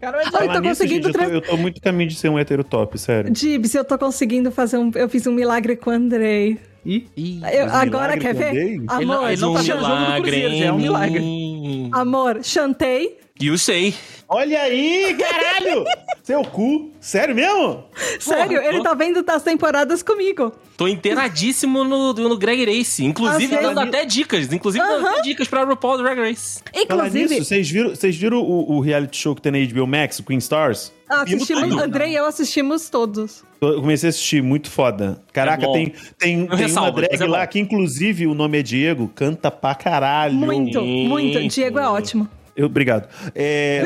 A: Cara, mas
C: Olha, Ah, eu
D: Falar
C: tô
D: Ah, nisso,
C: conseguindo.
D: gente, eu, tô,
C: Tra...
D: eu tô muito caminho de ser um hétero top, sério.
C: Dibs, eu tô conseguindo fazer um. Eu fiz um milagre com o Andrei.
E: Ih,
A: Ih,
C: Eu-
D: Mas
C: agora,
D: um milagre
C: quer ver?
D: também?
C: Amor,
B: Ele não, ele não tá
A: tá achando o jogo do Cruzeiro, já é um milagre.
C: amor, chantei.
B: E eu sei.
D: Olha aí, caralho! Seu cu! Sério mesmo?
C: Sério, ele tá vendo das temporadas comigo.
B: Tô inteiradíssimo no, no Greg Race. Inclusive,
C: Às
B: dando
D: vezes-
B: até dicas. Inclusive, dando até dicas pra RuPaul do Drag Race.
D: Falar
C: Inclusive,
D: nisso, vocês viram, vocês viram o, o reality show que tem na HBO Max, Queen Stars?
C: assistimos.
B: tudo.
C: Andrei e eu assistimos todos.
D: Eu comecei a assistir, muito foda. Caraca,
B: É bom.
D: tem, tem, tem uma
B: ressalvo,
D: drag
B: mas é
D: lá
B: bom.
D: que, inclusive, o nome é Diego, canta pra caralho.
C: Muito, muito. Diego é ótimo.
D: Eu, obrigado. É,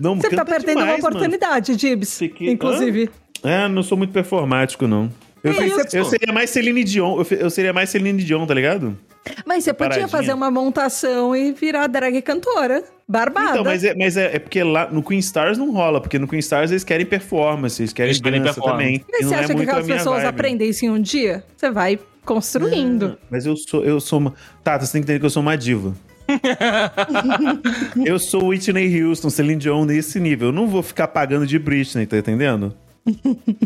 D: não,
C: Você tá
D: canta
C: perdendo
D: demais,
C: uma
D: mano.
C: oportunidade, Dibs.
D: Fiquei-
C: Inclusive.
D: É, não sou muito performático, não. Eu,
C: Que
D: eu-
B: isso?
D: eu seria mais Celine Dion, eu, fe- eu seria mais Celine Dion, tá ligado?
C: Mas você podia
D: Paradinha.
C: fazer uma montação e virar drag cantora. Barbada.
D: Então, mas, é, mas é, é porque lá no Queen Stars não rola, porque no Queen Stars eles querem performance, eles querem
B: Eles querem
D: dança
B: performance.
D: também.
C: Mas você
D: E não é
C: acha que
D: muito a
C: aquelas
D: minha
C: pessoas
D: vibe. Hum.
C: aprendem isso em um dia? Você vai construindo.
D: Mas eu sou, eu sou uma... Tá, você tem que entender que eu sou uma diva. eu sou Whitney Houston, Celine Dion nesse nível. Eu não vou ficar pagando de Britney, tá entendendo?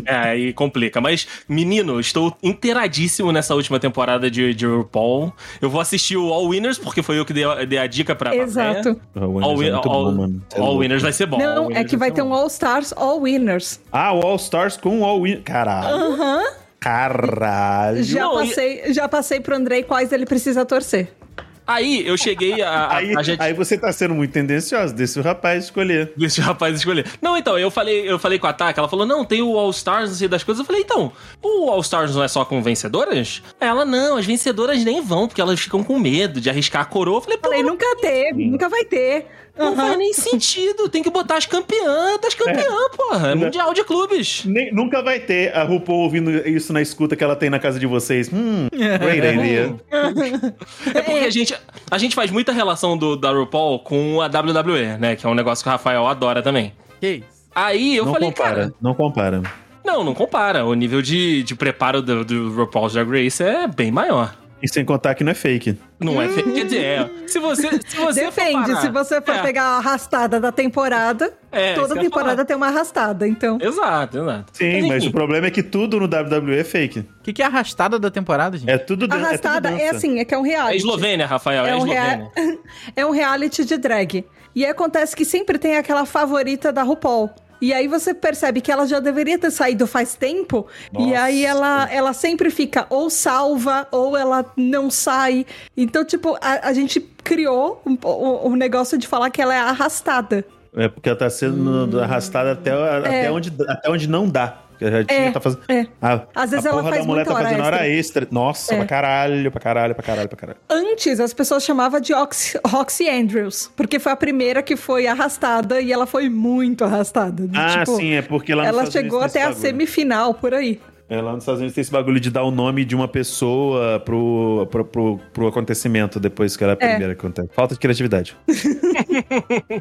B: É, aí complica. Mas, menino, estou inteiradíssimo nessa última temporada de, de RuPaul. Eu vou assistir o All Winners, porque foi eu que dei, a- dei a dica
D: Ah,
B: pra pra
D: é
C: Exato.
B: All, Win- All- All Winners vai ser bom. All
C: Não, é
B: Winners
C: que vai
B: ser
C: ter
B: bom.
C: um All Stars, All Winners.
D: Ah, o All Stars com o All Winners. Caralho.
C: Aham.
D: Caralho.
C: Já,
B: Não, e-
C: passei, já passei pro Andrei quais ele precisa torcer.
B: Aí eu cheguei a. a,
D: Aí,
B: a gente...
D: aí você tá sendo muito tendencioso, deixa o rapaz escolher.
B: Deixa o rapaz escolher. Não, então, eu falei, eu falei com a Taka, ela falou: não, tem o All Stars, não sei das coisas. Eu falei, então, o All Stars não é só com vencedoras? Aí Ela, não, as vencedoras nem vão, porque elas ficam com medo de arriscar a coroa. Eu falei, pô,
C: Falei, nunca teve, nunca vai ter.
B: não
C: Aham.
B: faz nem sentido. Tem que botar as campeãs, das campeãs, porra. É mundial de clubes.
D: Nem- nunca vai ter a RuPaul ouvindo isso na escuta que ela tem na casa de vocês. Hum, great idea.
B: É porque a gente, a gente faz muita relação do, da RuPaul com a WWE, né? Que é um negócio que o Rafael adora também.
A: que é isso?
B: Aí eu
D: não
B: falei,
D: compara,
B: cara,
D: não compara.
B: não, não compara. O nível de, de preparo do, do RuPaul's Drag Race é bem maior.
D: E sem contar que não é fake.
B: Não é feio. Quer dizer, é. Se você. Se você for
C: Depende,
B: parar-
C: se você for
B: É,
C: pegar a arrastada da temporada,
B: É, isso
C: toda
B: que eu ia
C: temporada
B: falar.
C: tem uma arrastada,
D: É
C: então.
B: Exato, exato.
D: Sim, mas o
B: enfim,
D: problema é que tudo no WWE é fake.
A: O que, que é a arrastada da temporada, gente?
D: É tudo dan- é tudo
C: Arrastada é,
D: dança.
C: assim, é que é um
B: É
C: reality.
B: Eslovênia, Rafael. É,
C: É um,
B: Eslovênia.
C: rea- é um reality de drag. E aí acontece que sempre tem aquela favorita da RuPaul. E aí você percebe que ela já deveria ter saído faz tempo. E aí ela, ela sempre fica ou salva, ou ela não sai. Então, tipo, a, a gente criou um, um- um negócio de falar que ela é arrastada.
D: É porque ela tá sendo
C: Hum.
D: arrastada até, até, onde, até onde não dá. Porque A gente
C: É,
D: tá fazendo.
C: é.
D: A,
C: Às vezes
D: a
C: ela
D: porra
C: faz
D: da mulher
C: muita
D: tá
C: hora
D: fazendo hora extra. Nossa,
C: É.
D: pra caralho, pra caralho, pra caralho, pra caralho.
C: Antes, as pessoas chamavam de Ox- Roxy Andrews, porque foi a primeira que foi arrastada e ela foi muito arrastada. Do
D: Ah,
C: tipo,
D: sim, é porque lá nos
C: Ela
D: Estados Unidos
C: chegou
D: tem esse
C: até a
D: bagulho.
C: semifinal, por aí.
D: É, lá nos Estados Unidos tem esse bagulho de dar o nome de uma pessoa pro, pro, pro, pro acontecimento depois que ela é a primeira que acontece. Falta de criatividade.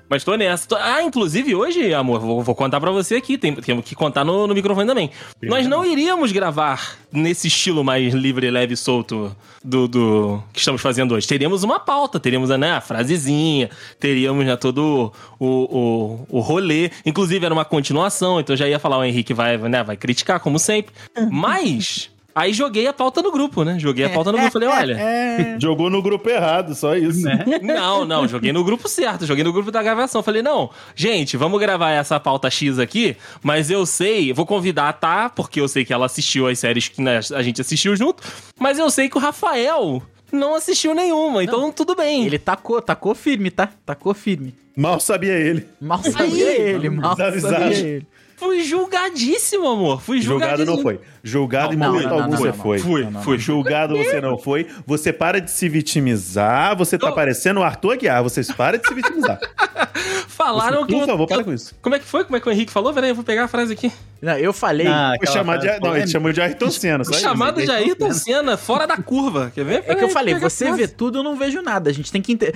B: Mas tô nessa. Tô- Ah, inclusive hoje, amor, vou, vou contar pra você aqui. Tem- Temos que contar no, no microfone também. Nós não iríamos gravar nesse estilo mais livre, leve e solto do, do que estamos fazendo hoje. Teríamos uma pauta, teríamos né, a frasezinha, teríamos né, todo o, o, o rolê. Inclusive era uma continuação, então já ia falar, o Henrique vai, né, vai criticar, como sempre. Mas. Aí joguei a pauta no grupo, né? Joguei a pauta no grupo. Falei, olha.
C: É.
D: Jogou no grupo errado, só isso.
C: Né?
B: Não, não, joguei no grupo certo, joguei no grupo da gravação. Falei, não, gente, vamos gravar essa pauta X aqui, mas eu sei, vou convidar a Tá, porque eu sei que ela assistiu as séries que né, a gente assistiu junto, mas eu sei que o Rafael não assistiu nenhuma, então tudo bem.
A: Ele tacou, tacou firme, tá? Tacou firme.
D: Mal sabia ele.
A: Mal sabia ele, mal
D: Desavisado.
A: sabia ele.
B: Fui julgadíssimo, amor, fui
D: Julgado
B: julgadíssimo.
D: não foi. Julgado em
A: Não, não,
D: momento
A: não, não,
D: algum
A: não,
D: você
A: não.
D: foi.
B: Fui,
A: não,
B: fui.
D: Julgado você não foi. Você para de se vitimizar. Você tá
B: Eu-
D: parecendo o Arthur Aguiar. Vocês para de se vitimizar.
B: Falaram que...
D: Por
B: eu-
D: favor, para
B: eu-
D: com isso.
B: Como é que foi? Como é que o Henrique falou? Peraí, eu vou pegar a frase aqui.
A: Não, eu falei.
E: ah,
D: Foi
E: aquela
D: chamado de.
E: frase
D: Não, ele
E: polêmica.
D: chamou de Ayrton Senna. só isso.
B: Chamado de Ayrton Senna, fora da curva, quer ver?
A: É que eu
B: Peraí,
A: falei,
B: pega a
A: você
B: frase.
A: vê tudo, eu não vejo nada. A gente tem que entender.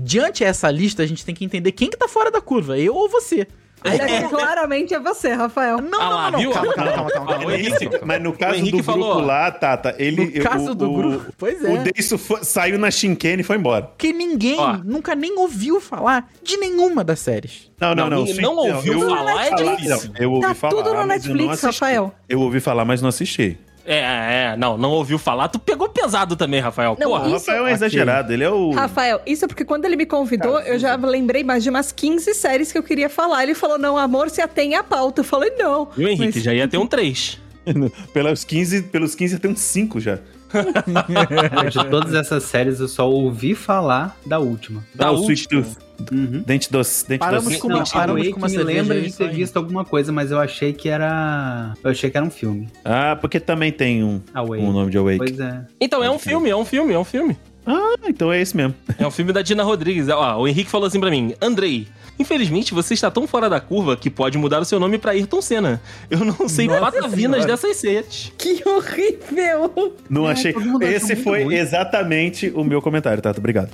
A: Diante essa lista, a gente tem que entender quem que tá fora da curva, eu ou você.
C: É, claramente é você, Rafael.
D: Hum,
A: Não,
B: Ah lá,
A: não, não, não. Calma,
B: viu?
A: calma, calma, calma, calma.
B: Falou isso?
D: Mas no caso do
B: Henrique
D: grupo
B: falou, ó.
D: lá, Tata, ele.
A: No caso
D: o-
A: do
D: o-
A: grupo. Pois
D: O
A: é.
D: Deisso foi- saiu na Shinken e foi embora.
A: Que ninguém
B: Ó.
A: nunca nem ouviu falar de nenhuma das séries.
D: Não, não,
B: Ah, Não,
D: não.
B: ele
D: sim,
B: não ouviu
D: eu-
B: falar, é
D: falar,
B: difícil.
D: não, Eu ouvi
C: Tá
D: falar.
C: tudo no
D: mas eu não
C: Netflix,
D: assisti.
C: Rafael.
D: Eu ouvi falar, mas não assisti.
B: É, é, não, não ouviu falar. Tu pegou pesado também, Rafael.
C: Não,
B: Porra.
D: O
C: Isso-
D: Rafael é exagerado, ele é o.
C: Rafael, isso é porque quando ele me convidou, eu já lembrei mais de umas 15 séries que eu queria falar. Ele falou, não, amor, se atém à pauta. Eu falei, não.
B: E o Henrique
C: Mas-
B: já ia ter um 3.
D: Pelos 15, pelos 15 tem uns 5 já.
E: De todas essas séries, eu só ouvi falar da última.
B: Da
D: Não, o Sweet
B: última.
D: Tooth.
E: Uhum.
D: Dente doce. Dente
A: Paramos
D: doce.
A: com uma-
E: Não,
A: paramos
E: Hathaway
A: com
E: que
A: uma
E: me
A: cerveja
E: lembra
A: aí,
E: de
A: isso
E: ter
A: aí.
E: visto alguma coisa, mas eu achei que era. Eu achei que era um filme.
D: Ah, porque também tem um com
E: Away.
D: o nome de Awake.
E: Pois é.
B: Então, é um filme, é um filme, é um filme.
D: Ah, então é esse mesmo.
B: É um filme da Dina Rodrigues. Ó, o Henrique falou assim pra mim: Andrei, infelizmente você está tão fora da curva que pode mudar o seu nome pra Ayrton Senna. Eu não sei
A: Nossa
B: patavinas
A: Senhora.
B: dessas seias.
C: Que horrível!
D: Não
E: É,
D: achei.
E: todo mundo achou
D: Esse
E: muito
D: foi
E: ruim.
D: exatamente o meu comentário, Tato. Obrigado.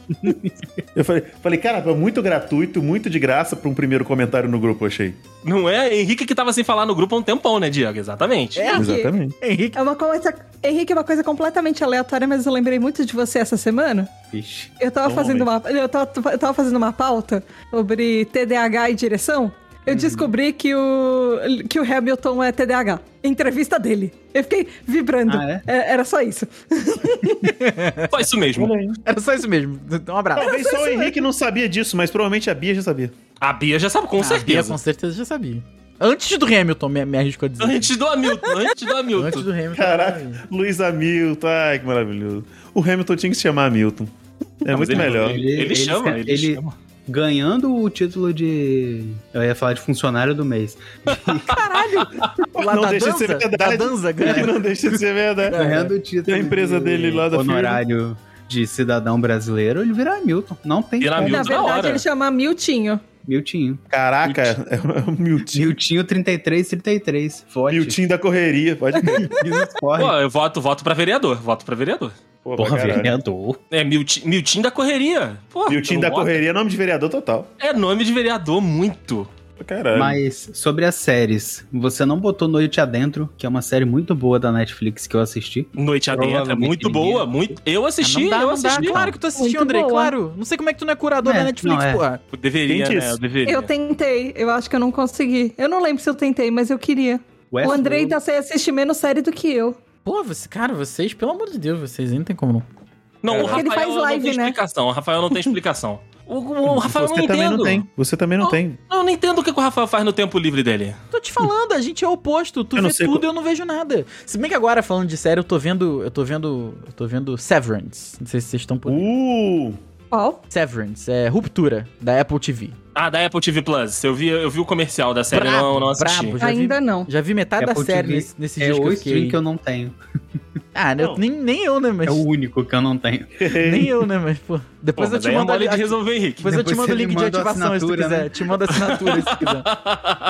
D: eu falei, falei, cara, foi muito gratuito, muito de graça pra um primeiro comentário no grupo, eu achei.
B: Não é? Henrique que tava sem falar no grupo há um tempão, né, Diego? Exatamente.
C: É,
D: Exatamente.
A: Henrique.
C: É uma coisa. Henrique, é uma coisa completamente aleatória, mas eu lembrei muito de você essa semana.
E: Vixe.
C: Eu tava
D: Bom
C: fazendo uma. Eu tava, eu tava fazendo uma pauta sobre TDAH e direção. Eu descobri que o, que o Hamilton é TDAH. Entrevista dele. Eu fiquei vibrando.
E: Ah, é?
C: Era só isso.
B: Só isso mesmo.
A: Era só isso mesmo. Um abraço.
D: Talvez só o Henrique não sabia disso, mas provavelmente a Bia já sabia.
B: A Bia já sabe, com
A: Ah, Bia,
B: certeza.
A: com certeza já sabia. Antes do Hamilton, me, me arrisco a dizer.
B: Antes do Hamilton, antes do
A: Antes
B: Hamilton.
A: do Hamilton.
D: Caraca, Luiz Hamilton, ai que maravilhoso. O Hamilton tinha que se chamar Hamilton. É muito melhor.
B: Ele,
E: Ele-
B: chama, ele,
E: ele-
B: chama.
E: Ganhando o título de. Eu ia falar de funcionário do mês.
A: Lá
D: não
A: da
D: deixa de
A: dança,
D: ser
A: da
D: verdade.
A: dança Ah,
D: Que
A: ganha.
D: não deixa de ser
C: É,
D: verdade.
E: Ganhando o título.
D: A empresa
E: de
D: dele lá da firma.
E: Honorário de cidadão brasileiro, ele vira Hamilton. Não tem
B: Vira
E: como.
B: Hamilton.
C: Na
B: Milton na hora.
C: verdade, ele chama Miltinho.
E: Miltinho.
D: Caraca, é o Miltinho.
E: Miltinho 33, 33. Forte. é
D: Miltinho da correria, pode ver.
E: Esporte.
B: Pô, eu voto, voto pra vereador, voto pra vereador.
D: Pô, pra
E: Porra,
D: caralho.
E: vereador.
B: É Miltim, Miltim da correria. Porra,
D: Miltinho da
B: voto
D: correria é nome de vereador total.
B: É nome de vereador muito.
D: Pra Caralho.
E: Mas sobre as séries, você não botou Noite Adentro, que é uma série muito boa da Netflix que eu assisti.
B: Noite Adentro é
E: Provavelmente
B: muito
E: ninguém
B: boa,
E: assistiu.
B: muito. Eu assisti,
A: não dá,
B: eu
A: não dá.
B: assisti.
A: Claro que tu assistiu,
C: Muito
A: Andrei,
C: boa.
A: claro. Não sei como é que tu não é curador
E: então É,
A: da Netflix,
E: não é.
A: porra.
B: Eu deveria,
D: Quem
B: né?
D: disse?
B: Eu deveria.
C: Eu tentei, eu acho que eu não consegui. Eu não lembro se eu tentei, mas eu queria. o Andrei
E: Westworld.
C: da Ceia assiste menos série do que eu.
A: Pô, você, cara, vocês, pelo amor de Deus, vocês aí não tem como não.
B: Não, o
C: Porque
B: Rafael
C: ele faz
B: não
C: live,
B: tem
C: né?
B: explicação. O Rafael não tem explicação. O, o- o Rafael eu não
D: Você também
B: entendo.
D: não tem. Você também não
B: Não.
D: tem.
B: Eu não entendo o que que o Rafael faz no tempo livre dele.
A: Tô te falando, a gente é o oposto. Tu
D: Eu não
A: vê
D: sei
A: tudo e
D: co-
A: eu não vejo nada. Se bem que agora, falando de série, eu tô vendo. Eu tô vendo. Eu tô vendo Severance. Não sei se vocês estão por.
D: Uh!
C: Qual?
A: Severance, é Ruptura, da Apple TV.
B: Ah, da Apple TV Plus. Eu vi, eu vi o comercial da série,
A: Brabo,
B: não, não assisti.
A: brabo. Eu já vi-
C: Ainda não.
A: Já vi metade da
E: Apple
A: série
E: TV
A: nesse, nesse
E: É
A: disco
E: o
A: que eu
E: stream
A: fiquei.
E: que eu não tenho.
A: Ah, né,
D: Não.
A: Nem, nem eu, né, mas.
E: É o único que eu não tenho.
A: Nem eu, né, mas, pô.
B: Pô,
A: Depois
B: mas
A: eu te
B: aí é
A: mando
B: mole
A: ali.
B: de resolver, Henrique.
A: Depois eu te
E: Depois
A: mando o
E: você
A: link
E: me
A: de
E: manda a
A: ativação se tu
E: assinatura,
A: quiser.
E: né?
A: Te mando a assinatura se quiser.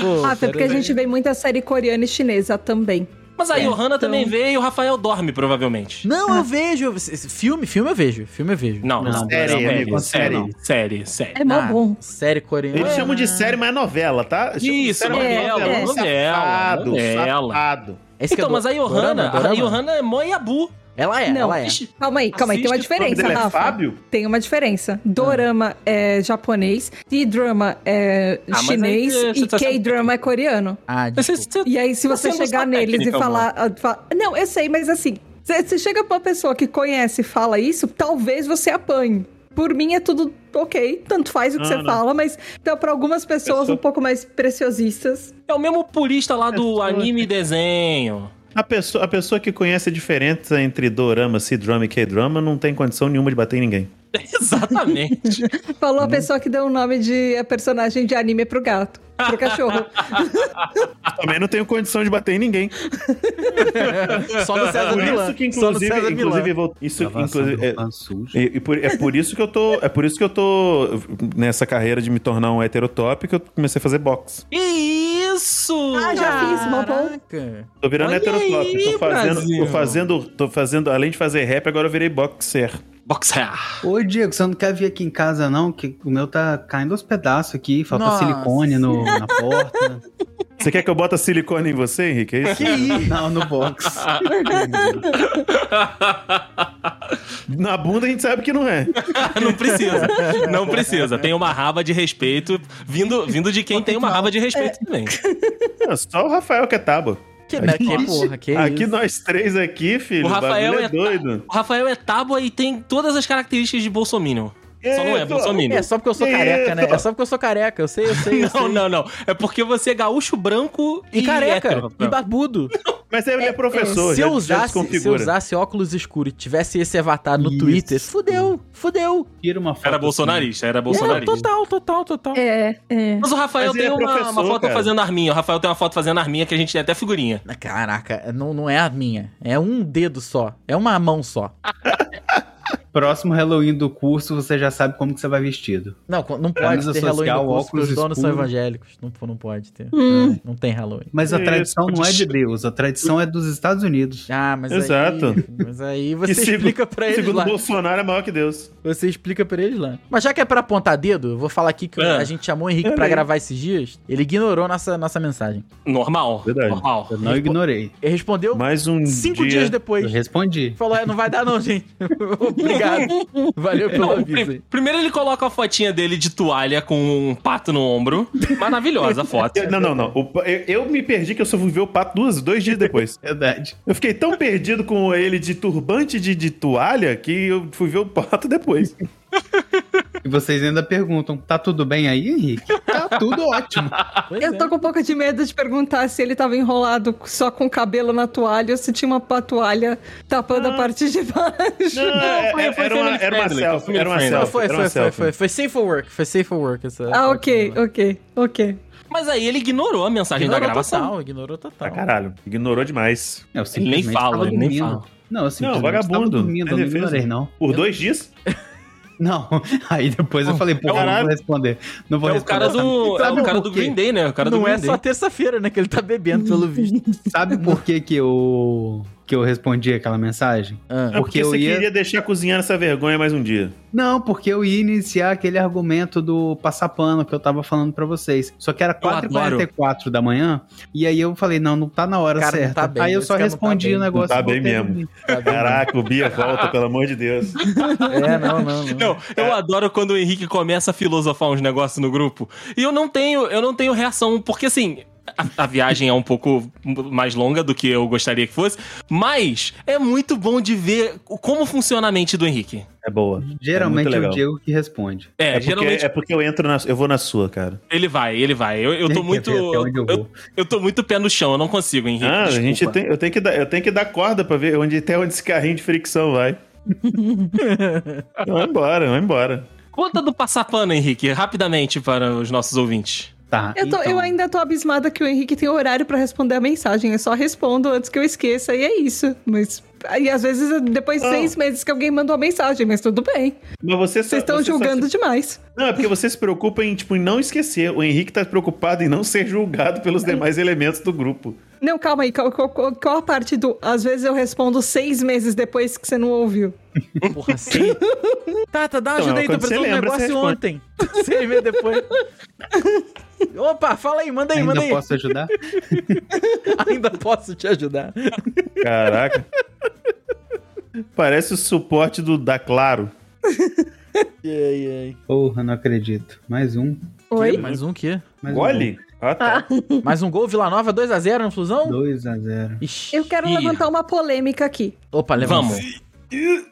A: Pô,
C: Ah, até porque a
A: sério,
C: gente vê muita série coreana e chinesa também.
B: Mas aí
C: É,
B: o Hanna
C: então-
B: também veio e o Rafael dorme, provavelmente.
A: Não,
C: Ah.
A: eu vejo. eu- Filme, filme eu vejo. Filme eu vejo.
B: Não,
E: Não,
D: série, amigo,
B: série,
E: série.
B: série, série.
C: É mó
A: Ah,
C: bom.
A: Série coreana.
D: Eles chamam de série, mas é novela, tá?
B: Isso,
D: Série é
B: novela,
C: é,
B: novela,
D: Safado,
B: novela.
D: safado.
A: Esse que
B: Então,
A: é do-
B: mas a Johanna,
A: Dorama, Dorama?
B: a Johanna é mó Yabu.
A: Ela é,
C: Não,
A: ela é.
B: Ixi,
C: Calma aí, calma aí. Tem uma
B: Assiste, o nome
D: O nome
C: diferença,
D: dele é
C: Rafa.
D: Fábio?
C: Tem uma diferença. Dorama é japonês, D-drama é
B: Ah. mas aí
C: chinês
B: você
C: e
B: tá sabendo.
C: K-drama é coreano.
A: Ah,
B: Você-
A: desculpa.
B: você-
C: E aí, se
B: Você
C: você
B: não está
C: chegar neles e
B: técnica,
C: falar, ah, fa- Não, eu sei, mas assim, você chega pra uma pessoa que conhece e fala isso, talvez você apanhe. Por mim é tudo ok, tanto faz o que
B: Ah,
C: você
D: Não, não.
C: fala, mas então, pra algumas pessoas
D: Pessoa-
C: um pouco mais preciosistas.
B: É o mesmo purista lá do anime e desenho.
D: A pessoa, a pessoa que conhece a diferença entre dorama, C-drama e K-drama não tem condição nenhuma de bater em ninguém.
B: Exatamente.
C: Falou
B: Uhum.
C: a pessoa que deu o nome de é, personagem de anime pro gato, pro cachorro.
D: Também não tenho condição de bater em ninguém.
A: Só no César
D: Por
A: Milan.
D: isso que,
A: Só no
D: inclusive,
A: César
D: inclusive
A: Milan.
D: vou- isso,
E: Gravação
D: inclusive,
E: do
D: é,
E: Pan um Sujo.
D: E, e por- é por isso que eu tô. É por isso que eu tô nessa carreira de me tornar um heterotópico, eu comecei a fazer boxe.
B: Que isso!
C: Ah, já fiz, mó bom.
A: Caraca.
D: Tô virando
B: Olha
D: heterotópico.
B: aí,
D: tô, fazendo,
B: Brasil.
D: tô fazendo. Tô fazendo. Além de fazer rap, agora eu virei boxer.
B: Boxer.
E: Ô, Diego, você não quer vir aqui em casa, não? Que o meu tá caindo aos pedaços aqui, falta
A: Nossa.
E: silicone no- na porta.
D: Você quer que eu bota silicone em você, Henrique? É isso?
E: que isso? Não, no box.
D: Na bunda a gente sabe que não é.
B: Não precisa. Não precisa. Tem uma raba de respeito vindo, vindo de quem tem uma raba de respeito também.
D: É Só o Rafael que é tábua.
A: Que, né, que porra, que
D: Aqui
A: isso.
D: nós três aqui, filho,
B: O
D: o,
B: Rafael
D: bagulho é,
B: é tá-
D: doido.
B: O Rafael é tábua e tem todas as características de Bolsominion. Só não é
D: Isso.
B: Bolsominion.
A: É só porque eu sou careca, né? É só porque eu sou careca, eu sei, eu sei, eu sei.
B: Não, não, não. É porque você é gaúcho branco e,
A: E careca,
B: hétero,
A: e
B: Rafael.
A: barbudo.
D: Mas ele é professor,
A: se,
D: já,
A: eu
D: já
A: usasse, se eu
D: desconfigura.
A: usasse óculos escuros e tivesse esse avatar no
E: Isso.
A: Twitter, fudeu, fudeu.
E: Tira uma foto.
B: Era
E: assim.
B: bolsonarista, era
A: É,
B: bolsonarista.
A: total, total, total.
C: É, é.
B: Mas o Rafael
D: Mas ele
B: tem
D: é
B: uma,
D: professor,
B: uma foto
D: cara.
B: fazendo arminha. O Rafael tem uma foto fazendo arminha que a gente tem até figurinha.
A: Caraca, não, não é a minha. É um dedo só. É uma mão só.
E: Próximo Halloween do curso, você já sabe como que você vai vestido.
A: Não, não pode
E: Camisa
A: ter Halloween
E: social,
A: no curso, porque
E: óculos
A: os donos são
E: escuros.
A: evangélicos. Não, não pode ter.
C: Hum.
A: É, Não tem Halloween.
E: Mas a
D: Isso,
E: tradição não é
D: pode
E: de Deus, a tradição é dos Estados Unidos.
A: Ah, mas
D: Exato.
A: aí... Mas aí você
D: E segu-
A: explica pra eles
D: Segundo
A: lá.
D: Bolsonaro é maior que Deus.
A: Você explica pra eles lá. Mas já que é pra apontar dedo, eu vou falar aqui que
D: Ah.
B: É.
A: a gente chamou o Henrique pra gravar esses dias. Ele ignorou nossa, nossa mensagem.
B: Normal.
D: Verdade.
B: Normal.
E: Eu não ignorei.
A: Ele respondeu
D: Mais um
A: cinco
D: dia...
A: dias
E: Eu
A: depois.
E: respondi.
A: Falou, é, não vai dar não, gente. Obrigado. Valeu pelo
B: Não,
A: aviso.
B: Então, pri-
A: aí.
B: primeiro ele coloca a fotinha dele de toalha com um pato no ombro. Maravilhosa a foto.
D: Não, não, não. O pa- eu, eu me perdi que eu só fui ver o pato duas, dois dias depois.
E: Verdade.
D: Eu fiquei tão perdido com ele de turbante de, de toalha que eu fui ver o pato depois.
E: E vocês ainda perguntam, tá tudo bem aí, Henrique? Tá tudo ótimo.
A: Pois
C: Eu
A: é.
C: tô com um pouco de medo de perguntar se ele tava enrolado só com o cabelo na toalha ou se tinha uma pa- toalha tapando a parte de baixo.
D: Não, é-
B: foi- foi
D: era, uma,
B: family
D: era uma
B: friendly,
D: selfie.
B: family
D: Era uma
B: friendly.
A: Não,
D: selfie.
A: foi,
D: era
A: foi,
D: uma
A: foi,
D: selfie.
A: foi. Foi safe for work. Foi safe for work essa.
C: Ah, ok, ok, ok.
B: Mas aí ele ignorou a mensagem
A: Ignorou
B: da gravação.
A: total, ignorou total.
D: Pra caralho. Ignorou demais.
B: Ele
E: Eu
B: nem
E: simplesmente
B: fala,
E: tava
B: ele nem
E: dormindo.
B: fala.
E: Não, eu simplesmente
D: Não,
E: tava
D: vagabundo.
E: dormindo, eu não
D: Ele fez.
E: ignorei, não.
D: Por dois dias?
E: Não, aí depois eu falei, pô, não
D: Caralho.
E: vou responder. Não vou
B: É o
E: responder.
B: cara do, é
E: Sabe
B: o cara
E: por
B: do
E: quê?
B: Green Day, né? O cara do
A: Não
B: Green
A: é só
B: Day.
A: terça-feira, né? Que ele tá bebendo, pelo visto.
E: Sabe por que que eu, que eu respondi aquela mensagem?
A: Ah.
D: É porque,
E: eu
D: você
E: ia-
D: queria deixar cozinhar essa vergonha mais um dia.
E: Não, porque eu ia iniciar aquele argumento do passar pano que eu tava falando pra vocês. Só que era
B: adoro.
E: 4h44 da manhã, e aí eu falei, não, não tá na hora
A: Cara, não
E: certa.
A: tá bem,
E: aí eu
A: esse
E: só
A: cara não tá
E: respondi
A: bem.
E: o
A: Não
E: negócio.
D: tá
E: e voltei
D: bem
E: a
D: mesmo.
E: dormir.
A: Tá bem,
D: Caraca, o Bia volta, pelo amor de Deus.
A: É, não, não. não.
B: Não, eu adoro quando o Henrique começa a filosofar uns negócios no grupo. E eu não tenho, eu não tenho reação, porque assim, a, a viagem é um pouco mais longa do que eu gostaria que fosse, mas é muito bom de ver o- como funciona a mente do Henrique.
D: É boa.
E: Geralmente é, o
D: legal.
E: Diego que responde.
B: É,
D: É, porque,
B: geralmente
D: é porque eu entro na. Eu vou na sua, cara.
B: ele vai, ele vai. Eu, eu tô muito.
E: Quer ver até onde eu
B: eu-
E: vou.
B: Eu tô muito pé no chão, eu não consigo, Henrique.
D: Ah, a
B: desculpa.
D: gente tem, eu, tenho que dar, eu tenho que dar corda pra ver onde, até onde esse carrinho de fricção vai. vamos embora, vamos embora.
B: Conta do passapano, Henrique, rapidamente para os nossos ouvintes.
E: Tá,
C: Eu, tô-
E: então.
C: eu ainda tô abismada que o Henrique tem horário pra responder a mensagem. Eu só respondo antes que eu esqueça e é isso. Mas. E às vezes depois de
D: Não.
C: seis meses que alguém mandou a mensagem, mas tudo bem.
D: Mas você só-
C: Vocês estão
D: Tá, você só-
C: julgando demais.
D: Não, é porque você se preocupa em, tipo, em não esquecer. O Henrique tá preocupado em não ser julgado
C: É.
D: pelos demais elementos do grupo.
C: Não, calma aí. Qual, qual- qual- qual a parte do. Às vezes eu respondo seis meses depois que você não ouviu?
A: Porra, sim. Tata, dá uma
D: Então,
A: ajuda aí, tô
D: quando
A: precisando
D: você
A: de um
D: lembra,
A: negócio
D: você
A: ontem. Seis meses depois. Opa, fala aí, manda aí, manda
E: Ainda
A: aí.
E: posso ajudar?
A: Ainda posso te ajudar.
D: Caraca. Parece o suporte do da Claro.
A: Ai, ai.
E: Porra, não acredito. Mais um.
C: Oi?
A: Que? Mais um quê?
E: Mais
D: Olhe. Ah, tá.
A: Mais um gol, Vila Nova 2x0 no
E: um.
A: Flusão?
E: 2x0.
A: Ixi.
C: Eu quero
B: Ih.
C: levantar uma polêmica aqui.
A: Opa, levanta.
B: Vamos.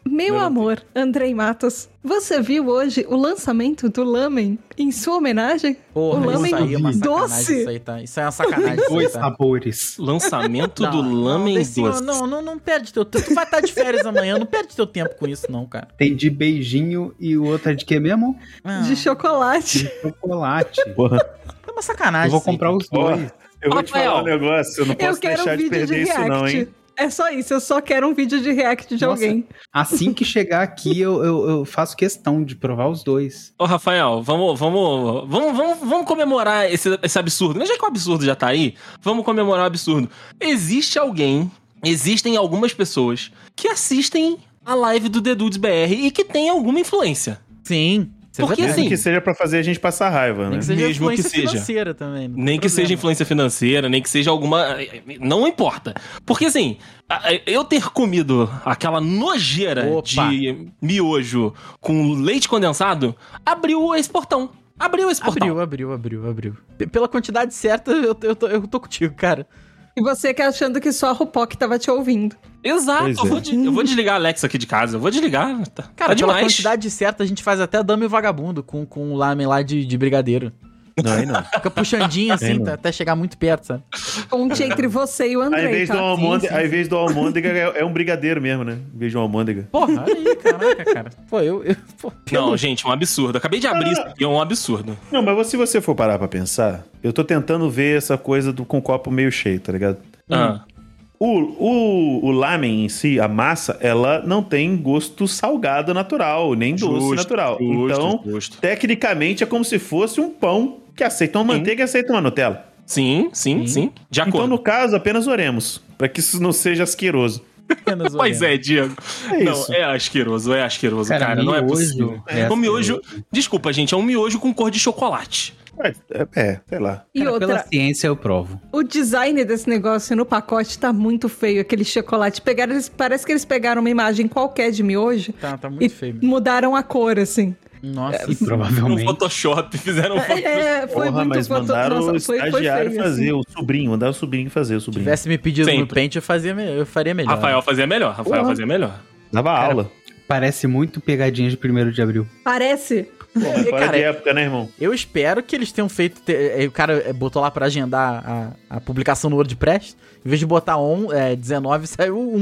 C: Meu amor, Andrei Matos, você viu hoje o lançamento do Lamen em sua homenagem?
A: Porra, isso
C: O
A: aí é uma
E: Lamen
A: sacanagem.
C: doce.
A: Isso aí, tá? isso aí é uma sacanagem. isso aí,
E: Dois
A: tá?
E: sabores.
B: Lançamento do Lamen
A: desse-
B: Doce.
A: Não, não, não perde teu tempo. Tu vai estar de férias amanhã, não perde teu tempo com isso, não, cara.
E: Tem de beijinho e o outro é de que mesmo?
A: Ah,
C: De chocolate.
E: Chocolate.
D: Porra.
A: é uma sacanagem.
E: Eu vou
A: isso aí,
E: comprar
A: cara.
E: os dois.
D: Eu vou te
B: Rafael.
D: falar um negócio, eu não
C: Eu
D: posso
C: quero
D: deixar
C: um
D: de
C: vídeo de
D: perder isso
C: react.
D: não, hein?
C: É só isso, eu só quero um vídeo de react de
E: Nossa.
C: alguém.
E: Assim que chegar aqui, eu, eu, eu faço questão de provar os dois.
B: Ô, Rafael, vamos, vamos, vamos, vamos, vamos comemorar esse, esse absurdo. Mas já que o absurdo já tá aí, vamos comemorar o absurdo. Existe alguém, existem algumas pessoas que assistem a live do The Dudes BR e que tenha alguma influência.
A: Sim. isso é
B: Porque,
A: verdade.
B: assim,
D: Mesmo que seja pra fazer a gente passar raiva, né?
A: Nem que seja
B: mesmo que
A: influência
B: seja.
A: financeira também. não tem
B: Nem que
A: problema.
B: seja influência financeira, nem que seja alguma. Não importa. Porque assim, a- a- eu ter comido aquela nojeira
A: Opa.
B: de miojo com leite condensado abriu esse portão. Abriu esse portão.
A: Abriu, abriu, abriu, abriu. P- Pela quantidade certa, eu, tô- eu, tô, eu tô contigo, cara.
C: E você que é achando que só a Rupok tava te ouvindo.
B: Exato.
D: Pois
B: Eu,
D: é.
B: vou de- eu vou desligar a Alexa aqui de casa. Eu vou desligar. Tá,
A: Cara,
B: tá
A: pela
B: demais.
A: quantidade certa, a gente faz até dama e o vagabundo com, com o lamen lá de, de brigadeiro.
D: Não, aí não.
A: Fica puxandinho assim,
D: não.
A: tá- até chegar muito perto, sabe?
C: Ponte entre você e o
D: Ao
C: Andrei,
D: invés, do
C: tá?
D: almôndega,
A: sim.
D: ao invés do almôndega, é, é um brigadeiro mesmo, né? Em vez de uma almôndega.
A: Porra, olha aí, caraca, cara. Pô, eu. eu pô,
B: Não, gente, um absurdo. Acabei de abrir isso aqui, é um absurdo.
D: Não, mas se você for parar pra pensar, eu tô tentando ver essa coisa do, com o copo meio cheio, tá ligado?
B: Ah,
D: O, o, o lamen em si, a massa, ela não tem gosto salgado natural, nem
B: justo,
D: doce natural.
B: justo,
D: então,
B: justo.
D: tecnicamente, é como se fosse um pão que aceita uma manteiga e aceita uma Nutella.
B: Sim, sim, sim.
A: Sim.
B: De
D: Então,
B: acordo.
D: no caso, apenas oremos, pra que isso não seja asqueroso.
A: apenas
B: Pois
A: olhando.
B: é, Diego.
D: É
B: não,
D: isso.
B: é asqueroso, é asqueroso, cara. não é
E: miojo,
B: possível.
E: é
B: o miojo.
E: asqueroso.
B: Desculpa, gente, é um miojo com cor de chocolate.
D: É, é, sei lá.
C: E
E: Cara,
C: outra,
E: Pela ciência eu provo.
C: o design desse negócio no pacote tá muito feio, aquele chocolate. Pegaram, eles- parece que eles pegaram uma imagem qualquer de miojo
A: Tá, tá muito
C: e
A: feio. mesmo.
C: mudaram a cor, assim.
A: Nossa,
E: E
B: No
E: provavelmente.
B: Photoshop, fizeram um Photoshop.
C: É, foi
D: Porra,
C: muito
D: mas
C: foto-
D: mandaram
C: nossa,
D: o
C: foi- foi
D: estagiário
C: feio,
D: fazer,
C: assim.
D: o sobrinho, mandaram o sobrinho fazer, o
A: se
D: sobrinho.
A: tivesse me pedido no
B: Sempre.
A: pente, eu, fazia, me- eu faria melhor. né?
B: Rafael fazia melhor, Rafael
C: Porra.
B: fazia melhor.
D: Dava
E: Cara,
D: aula.
E: Parece muito pegadinha de 1 de abril.
C: Parece.
D: Pô,
A: e,
D: fora
A: cara,
D: de época, né, irmão?
A: Eu espero que eles tenham feito. te- eh, O cara eh, botou lá pra agendar a, a publicação no WordPress. Em vez de botar on, é, 19, saiu 1.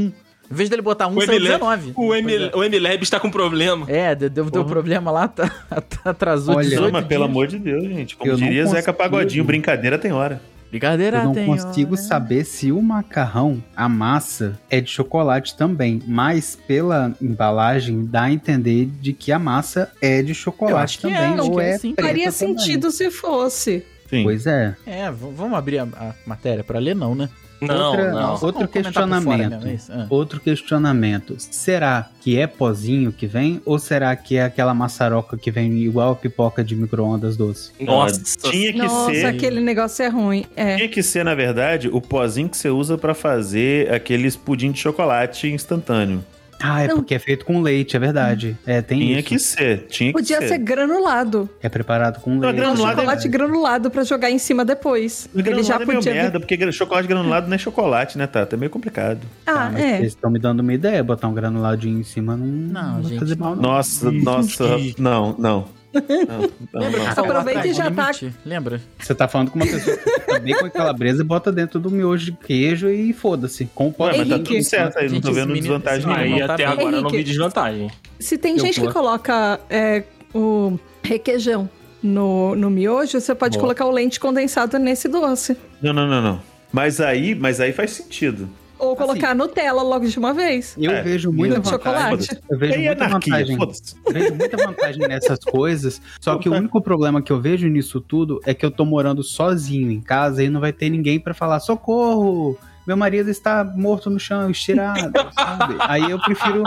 A: Em vez dele botar 1,
B: O
A: saiu
B: MLab
A: 19.
B: O M- o MLab está com problema.
A: É, deu, deu deu problema lá, tá, tá- atrasou
E: Olha,
A: 18
D: Não, mas pelo
A: dias.
D: amor de Deus, gente. Como
E: Eu não
D: diria Zeca
E: consigo.
D: Pagodinho, brincadeira tem hora.
A: Brincadeira,
E: Eu não
A: tem
E: consigo
A: hora.
E: saber se o macarrão, a massa, é de chocolate também, mas pela embalagem dá a entender de que a massa é de
A: Eu
E: chocolate
A: acho que é,
E: também,
A: acho
E: ou
A: que é
E: é,
A: sim.
D: tá
E: preta
C: Faria
E: também.
C: sentido se fosse.
D: Sim.
E: Pois é.
A: É, v- vamos abrir a, a matéria pra ler, não, né?
B: Não,
E: Outra-
B: não.
E: Outro
A: Vamos comentar por fora
E: questionamento.
A: mesmo, é isso? Ah.
E: Outro questionamento. Será que é pozinho que vem ou será que é aquela maçaroca que vem igual a pipoca de micro-ondas doce?
B: Nossa.
D: Tinha que
C: Nossa,
D: ser.
C: aquele negócio é ruim. É.
D: Tinha que ser, na verdade, o pozinho que você usa pra fazer aqueles pudim de chocolate instantâneo.
E: Ah, é
C: Não.
E: porque é feito com leite, é verdade. É, tem
D: Tinha
E: isso.
D: que ser. Tinha que
C: Podia
D: ser.
C: ser granulado.
E: É preparado com
D: Não,
E: leite.
C: É um
D: Granulado é-
C: chocolate granulado pra jogar em cima depois. Ele
D: Granulado
C: já
D: é meio
C: podia.
D: merda, porque gra- chocolate granulado não é chocolate, né, Tata? É meio complicado.
E: Ah,
C: Ah,
E: mas
C: é.
E: Vocês estão me dando uma ideia, botar um granuladinho em cima não, não vai
A: gente,
E: fazer mal, não.
D: Nossa, nossa. Não, não. Não, não,
A: Lembra
D: não.
A: que falou
C: Aproveita
A: lá
C: e
A: atrás
C: já
A: do
C: tá-
A: limite? Lembra?
E: Você tá falando com uma pessoa que tá bem com a calabresa, bota dentro do miojo de queijo e foda-se. Com o
D: Ué,
E: pote.
D: mas tá
C: Henrique.
D: tudo certo aí, não
A: Gente,
D: tô
A: esse
D: vendo
A: menino- esse
D: desvantagem
A: menino
D: nenhuma.
B: Aí
A: não tá
B: até
A: bem.
B: agora eu não vi
C: Henrique.
B: desvantagem.
C: Se tem gente que
E: gosto.
C: coloca é, o requeijão no, no miojo, você pode colocar o leite condensado nesse doce.
D: Não, não, não, não. Mas aí, mas aí faz sentido.
C: Ou colocar a Nutella logo de uma vez.
E: Eu
D: É,
E: vejo muita
C: de
E: vantagem.
C: chocolate.
E: Eu vejo
D: Aí é
E: muita
D: anarquia,
E: vantagem.
D: foda-se.
E: Eu vejo muita vantagem nessas coisas. Só que o único problema que eu vejo nisso tudo é que eu tô morando sozinho em casa e não vai ter ninguém pra falar: socorro! Meu marido está morto no chão, estirado, sabe? Aí eu prefiro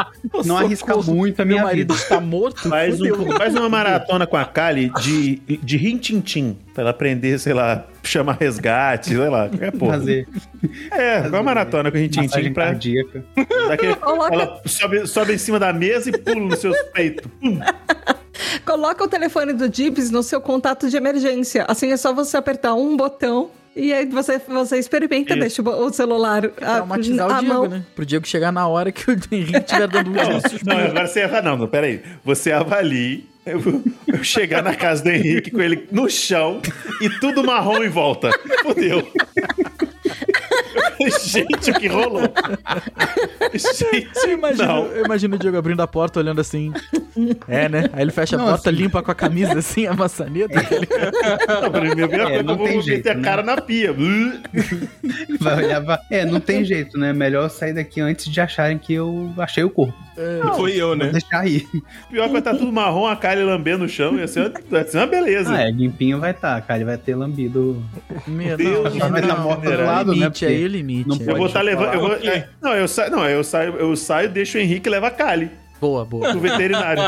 E: não arriscar
A: Socorro,
E: muito a
A: Meu
E: minha
A: marido
E: vida.
A: está morto?
D: Faz,
A: Fudeu.
D: um, faz uma maratona com a Kali de, de rintintim, pra ela aprender, sei lá, chamar resgate, sei lá, qualquer porra.
E: Fazer
D: É,
E: fazer
D: igual a maratona com rintintim
E: massagem
D: pra.
E: cardíaca.
D: dar aquele-
C: Coloca-
D: ela sobe, sobe em cima da mesa e pula nos seus peitos. Pum.
C: Coloca o telefone do Dibs no seu contato de emergência. Assim é só você apertar um botão e aí você, você experimenta,
D: Isso.
C: deixa o bo- o celular a,
A: Traumatizar
C: a
A: o Diego,
C: mão.
A: né? Pro Diego chegar na hora que o Henrique estiver dando um
D: Não,
A: susto.
D: não, é agora você erra, não, não, peraí. Você avalie eu, eu chegar na casa do Henrique com ele no chão e tudo marrom em volta. Fudeu. Gente, o que rolou? Gente,
A: Eu imagino,
D: não.
A: eu imagino o Diego abrindo a porta, olhando assim. É, né? Aí ele fecha a
E: Não,
A: porta, limpa com a camisa assim, a maçaneta.
D: Não, pra mim, a primeira
E: É,
D: coisa que
E: não
D: eu vou
E: tem
D: meter
E: jeito,
D: a
E: né?
D: cara na pia.
E: Vai olhar, vai- É, não tem jeito, né? Melhor eu sair daqui antes de acharem que eu achei o corpo.
B: E Foi eu, né?
E: Deixar aí.
D: Pior que vai estar tudo marrom, a Kylie lambendo o chão. Ia ser uma, ia ser uma beleza.
E: Ah, é, limpinho vai estar, cara. Ele vai ter lambido.
A: Meu
D: Deus,
A: não,
D: mas
A: não,
D: tá
A: não.
D: morta do
E: lado, né,
A: limite
E: porque
A: aí, o limite.
E: não
A: aí.
D: Eu vou estar levando. Eu vou, é,
B: Por quê?
D: não, eu saio, não, eu saio, eu saio, deixo o Henrique e levo a Kali
A: Boa, boa.
D: pro veterinário.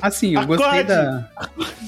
E: Assim, eu
D: Acorde!
E: gostei da,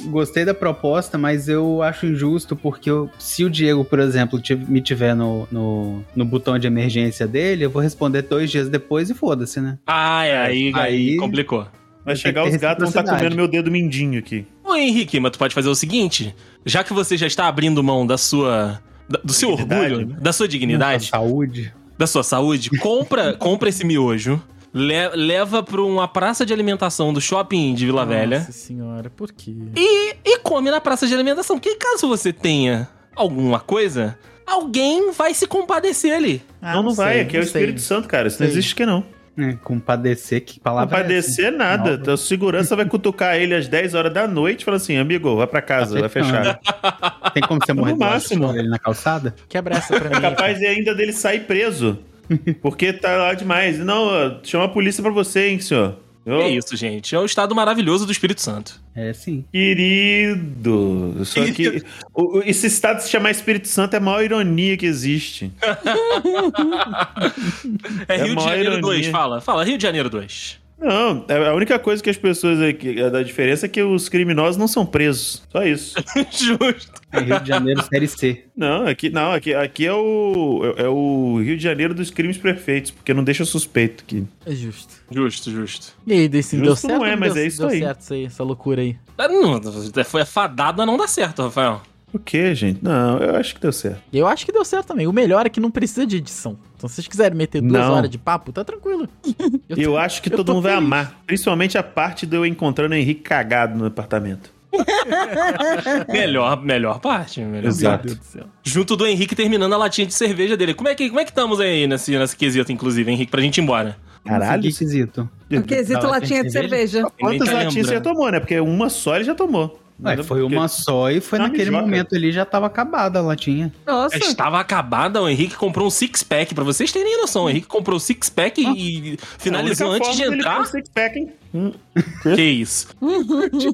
E: gostei da proposta, mas eu acho injusto porque eu- se o Diego, por exemplo, tiv- me tiver no, no, no botão de emergência dele, eu vou responder dois dias depois e foda-se, né?
B: Ah, é, aí, aí
E: Aí-
B: complicou.
D: Vai
E: Tem
D: chegar
E: que ter
D: os gatos vão estar
E: reciprocidade.
D: comendo meu dedo mindinho aqui.
B: Ô, Henrique, mas tu pode fazer o seguinte: já que você já está abrindo mão da sua. da- do seu
D: Dignidade.
B: orgulho, da sua dignidade,
E: Saúde.
B: da sua saúde, compra, compra esse miojo, le- leva pra uma praça de alimentação do shopping de Vila Velha
A: Nossa senhora, por quê?
B: e come na praça de alimentação. Que caso você tenha alguma coisa, alguém vai se compadecer ali.
A: Ah,
D: não, não vai.
A: sei,
D: Aqui é o
A: sei.
D: Espírito Santo, cara. Isso não
A: Sei.
D: existe que não.
E: É, compadecer, que
D: Não
E: palavra.
D: vai
E: é essa?
D: descer nada.
E: Nova.
D: Então, o segurança vai cutucar ele às 10 horas da noite e falar assim: amigo, vai pra
A: Tá
D: casa, vai fechar.
E: é né? Tem como você morrer
D: No
E: do lado
D: máximo.
E: de fora, ele na calçada?
A: Quebra essa pra mim.
D: Capaz é ainda dele sair preso. Porque tá lá demais. Não, chama a polícia pra você, hein, senhor. Eu-
B: É isso, gente. É o estado maravilhoso do Espírito Santo.
E: É sim.
D: Querido, só que o- o- esse estado se chamar Espírito Santo é a maior ironia que existe.
B: É,
D: É
B: Rio de
D: uma
B: Janeiro
D: ironia.
B: 2, fala. Fala, Rio de Janeiro 2.
D: Não, é a única coisa que as pessoas aqui é da diferença é que os criminosos não são presos, só isso.
B: Justo.
E: É Rio de Janeiro, Série C.
D: Não, aqui não, aqui, aqui é o é, é o Rio de Janeiro dos crimes perfeitos, porque não deixa suspeito aqui.
A: É justo.
B: Justo, justo.
A: E aí, desse deu
D: Justo
A: certo?
D: não é,
A: ou
D: mas
A: deu,
D: é isso
A: deu
D: aí.
A: certo isso aí, essa loucura aí.
B: Ah, Não, foi fadado a não dar certo, Rafael.
D: O que, gente? Não, eu acho que deu certo.
A: E Eu acho que deu certo também. O melhor é que não precisa de edição. Então, se vocês quiserem meter duas
D: Não.
A: horas de papo, tá tranquilo.
D: Eu, acho que
A: eu
D: todo
A: tô
D: mundo vai
A: feliz.
D: amar, principalmente a parte de eu encontrando o Henrique cagado no apartamento.
B: Melhor, melhor parte. Melhor
D: Exato.
A: Meu Deus do céu.
B: Junto do Henrique terminando a latinha de cerveja dele. Como é que, como é que estamos aí nesse, nesse quesito, inclusive, Henrique, pra gente ir embora?
D: Caralho.
E: Que esquisito.
C: O quesito
E: Não,
C: latinha de
E: tem
C: cerveja.
B: Ninguém
D: Quantas
B: tá
D: latinhas você
B: lembrando.
D: tomou, né? Porque uma só ele já tomou.
E: Ué, É, foi uma só e foi
D: Não me
E: naquele
D: tá joga.
E: momento ali já tava acabada a latinha.
C: Nossa.
B: Estava acabada, o Henrique comprou um six-pack, pra vocês terem noção. O Henrique comprou o six-pack e
D: Ah,
B: e
D: é
B: finalizou antes de entrar.
D: um
B: Que isso.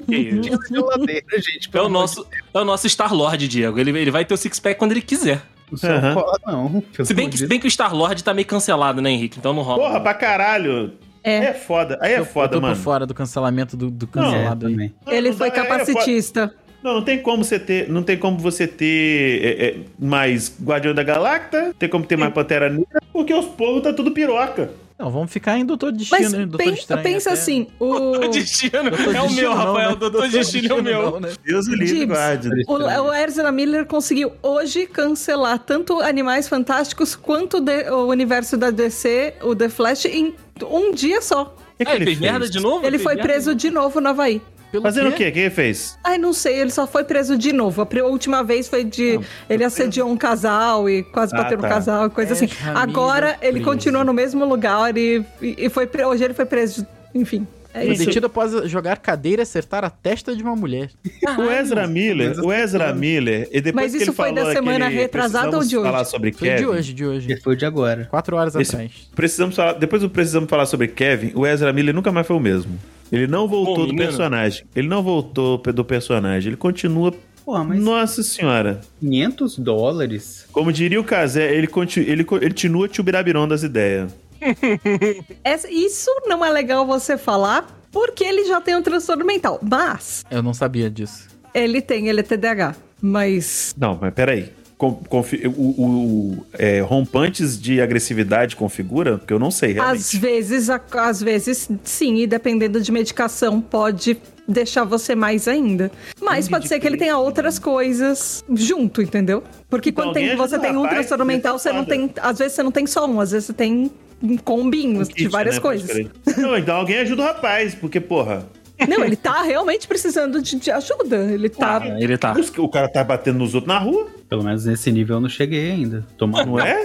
B: que isso.
E: Geladeira, gente.
B: É
E: pelo
B: o
E: amor
B: nosso, é o nosso Star-Lord, Diego. Ele, ele vai ter o six-pack quando ele quiser.
E: Não sou
D: Aham.
E: cola, não. pelo
B: Se bem
E: amor
B: que,
E: de
B: se bem que o Star-Lord tá meio cancelado, né, Henrique? Então não rola.
D: Porra, pra caralho.
C: É.
D: Aí é foda. Aí é
A: Eu- eu
D: foda,
A: tô por
D: mano.
A: fora do cancelamento do, do
E: Deus. É,
A: cancelado aí.
E: também.
D: Não,
C: Ele
D: não
C: foi
D: dá- é foda.
C: capacitista.
D: não, não tem como você ter. Não tem como você ter é, é, mais Guardião da Galacta. Não tem como ter mais Pantera Negra. Porque os povos tá tudo piroca.
A: Não, vamos ficar em Doutor
C: Mas
A: Destino, hein? Doutor
C: pen-
A: um Estranho.
C: pensa
A: até.
C: assim, o,
B: Doutor Destino
A: Doutor
B: é o meu,
A: Destino não,
B: Rafael.
A: né?
B: Doutor Destino é o meu.
A: não, né?
D: Deus o livre,
C: Gibbs.
D: guarde.
C: o,
B: é
C: o Ezra Miller conseguiu hoje cancelar tanto Animais Fantásticos quanto de- o universo da DC, o The Flash, em um dia só.
D: Que que
B: Ah, ele fez merda de novo? é um
C: Ele foi
B: Fez merda?
C: preso de novo no Havaí.
A: Pelo
D: Fazendo o quê? O que ele fez?
C: Ai, não sei, ele só foi preso de novo. A pri- a última vez foi de. ele assediou um casal e quase
D: Ah,
C: bateu no
D: tá.
C: casal, coisa assim.
A: Ezra Miller
C: Agora ele
A: preso.
C: continua no mesmo lugar e, e e foi pre- hoje ele foi preso. Enfim. É
A: Foi
C: isso.
A: detido após jogar cadeira e acertar a testa de uma mulher.
D: O Ezra Miller, o Ezra Miller, e depois
C: Mas
D: que
C: isso
D: ele
C: foi
D: falou
C: da semana
D: aquele,
C: retrasada ou de
D: "Precisamos
C: hoje?"
D: falar sobre
A: Foi
D: Kevin.
A: de hoje, de hoje.
E: Deus. Foi o de agora.
A: Quatro horas
D: Esse-
A: atrás.
D: Precisamos falar, depois do precisamos falar sobre Kevin, o Ezra Miller nunca mais foi o mesmo. Ele não voltou
B: Bom,
D: do
B: menino.
D: personagem. Ele não voltou pe- do personagem. Ele continua.
E: Porra, mas
D: Nossa senhora.
E: 500 dólares?
D: Como diria o Casé, ele, conti- ele co- ele continua tchubirabirão das ideias.
C: Essa- isso não é legal você falar porque ele já tem um transtorno mental. Mas
A: Eu não sabia disso.
C: ele tem, ele é TDAH. Mas.
D: Não, mas peraí. Com- confi- o, o- é, rompantes de agressividade configura? Porque eu não sei
C: Às
D: realmente.
C: vezes, a- às vezes, sim, e dependendo de medicação, pode deixar você mais ainda. Mas pode ser que ele tenha outras coisas junto, entendeu? Porque
D: né? Então,
C: quando tem-
D: alguém
C: você
D: ajuda
C: tem um
D: o rapaz,
C: transtorno
D: ele
C: mental,
D: tá
C: você não
D: foda.
C: tem. Às vezes você não tem só um, às vezes você tem um combinho
D: Um
C: de
D: kit,
C: várias
D: né, pode
C: coisas.
D: crer. Não, então alguém ajuda o rapaz, porque, porra,
C: Não, ele tá realmente precisando de, de ajuda. Ele tá.
B: Ah, ele tá.
D: os- o cara tá batendo nos outros na rua,
E: Pelo menos nesse nível eu não cheguei ainda. Tomar
D: não é?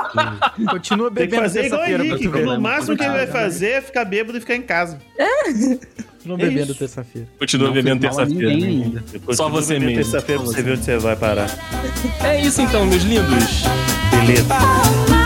A: Continua
D: Tem que
A: bebendo
D: fazer igual o
A: terça-feira pra
D: Henrique.
A: tu
D: que
A: ver.
D: No
E: problema.
D: máximo que ele vai
E: Ah,
D: fazer é ficar bêbado e ficar em casa.
A: Continua
D: É
A: bebendo
D: isso.
A: terça-feira.
B: Continua bebendo terça-feira.
E: ainda.
B: Só você
D: Continua bebendo
B: mesmo.
D: Terça-feira pra você vê onde você vai parar.
B: É isso então, meus lindos.
D: Beleza.
G: La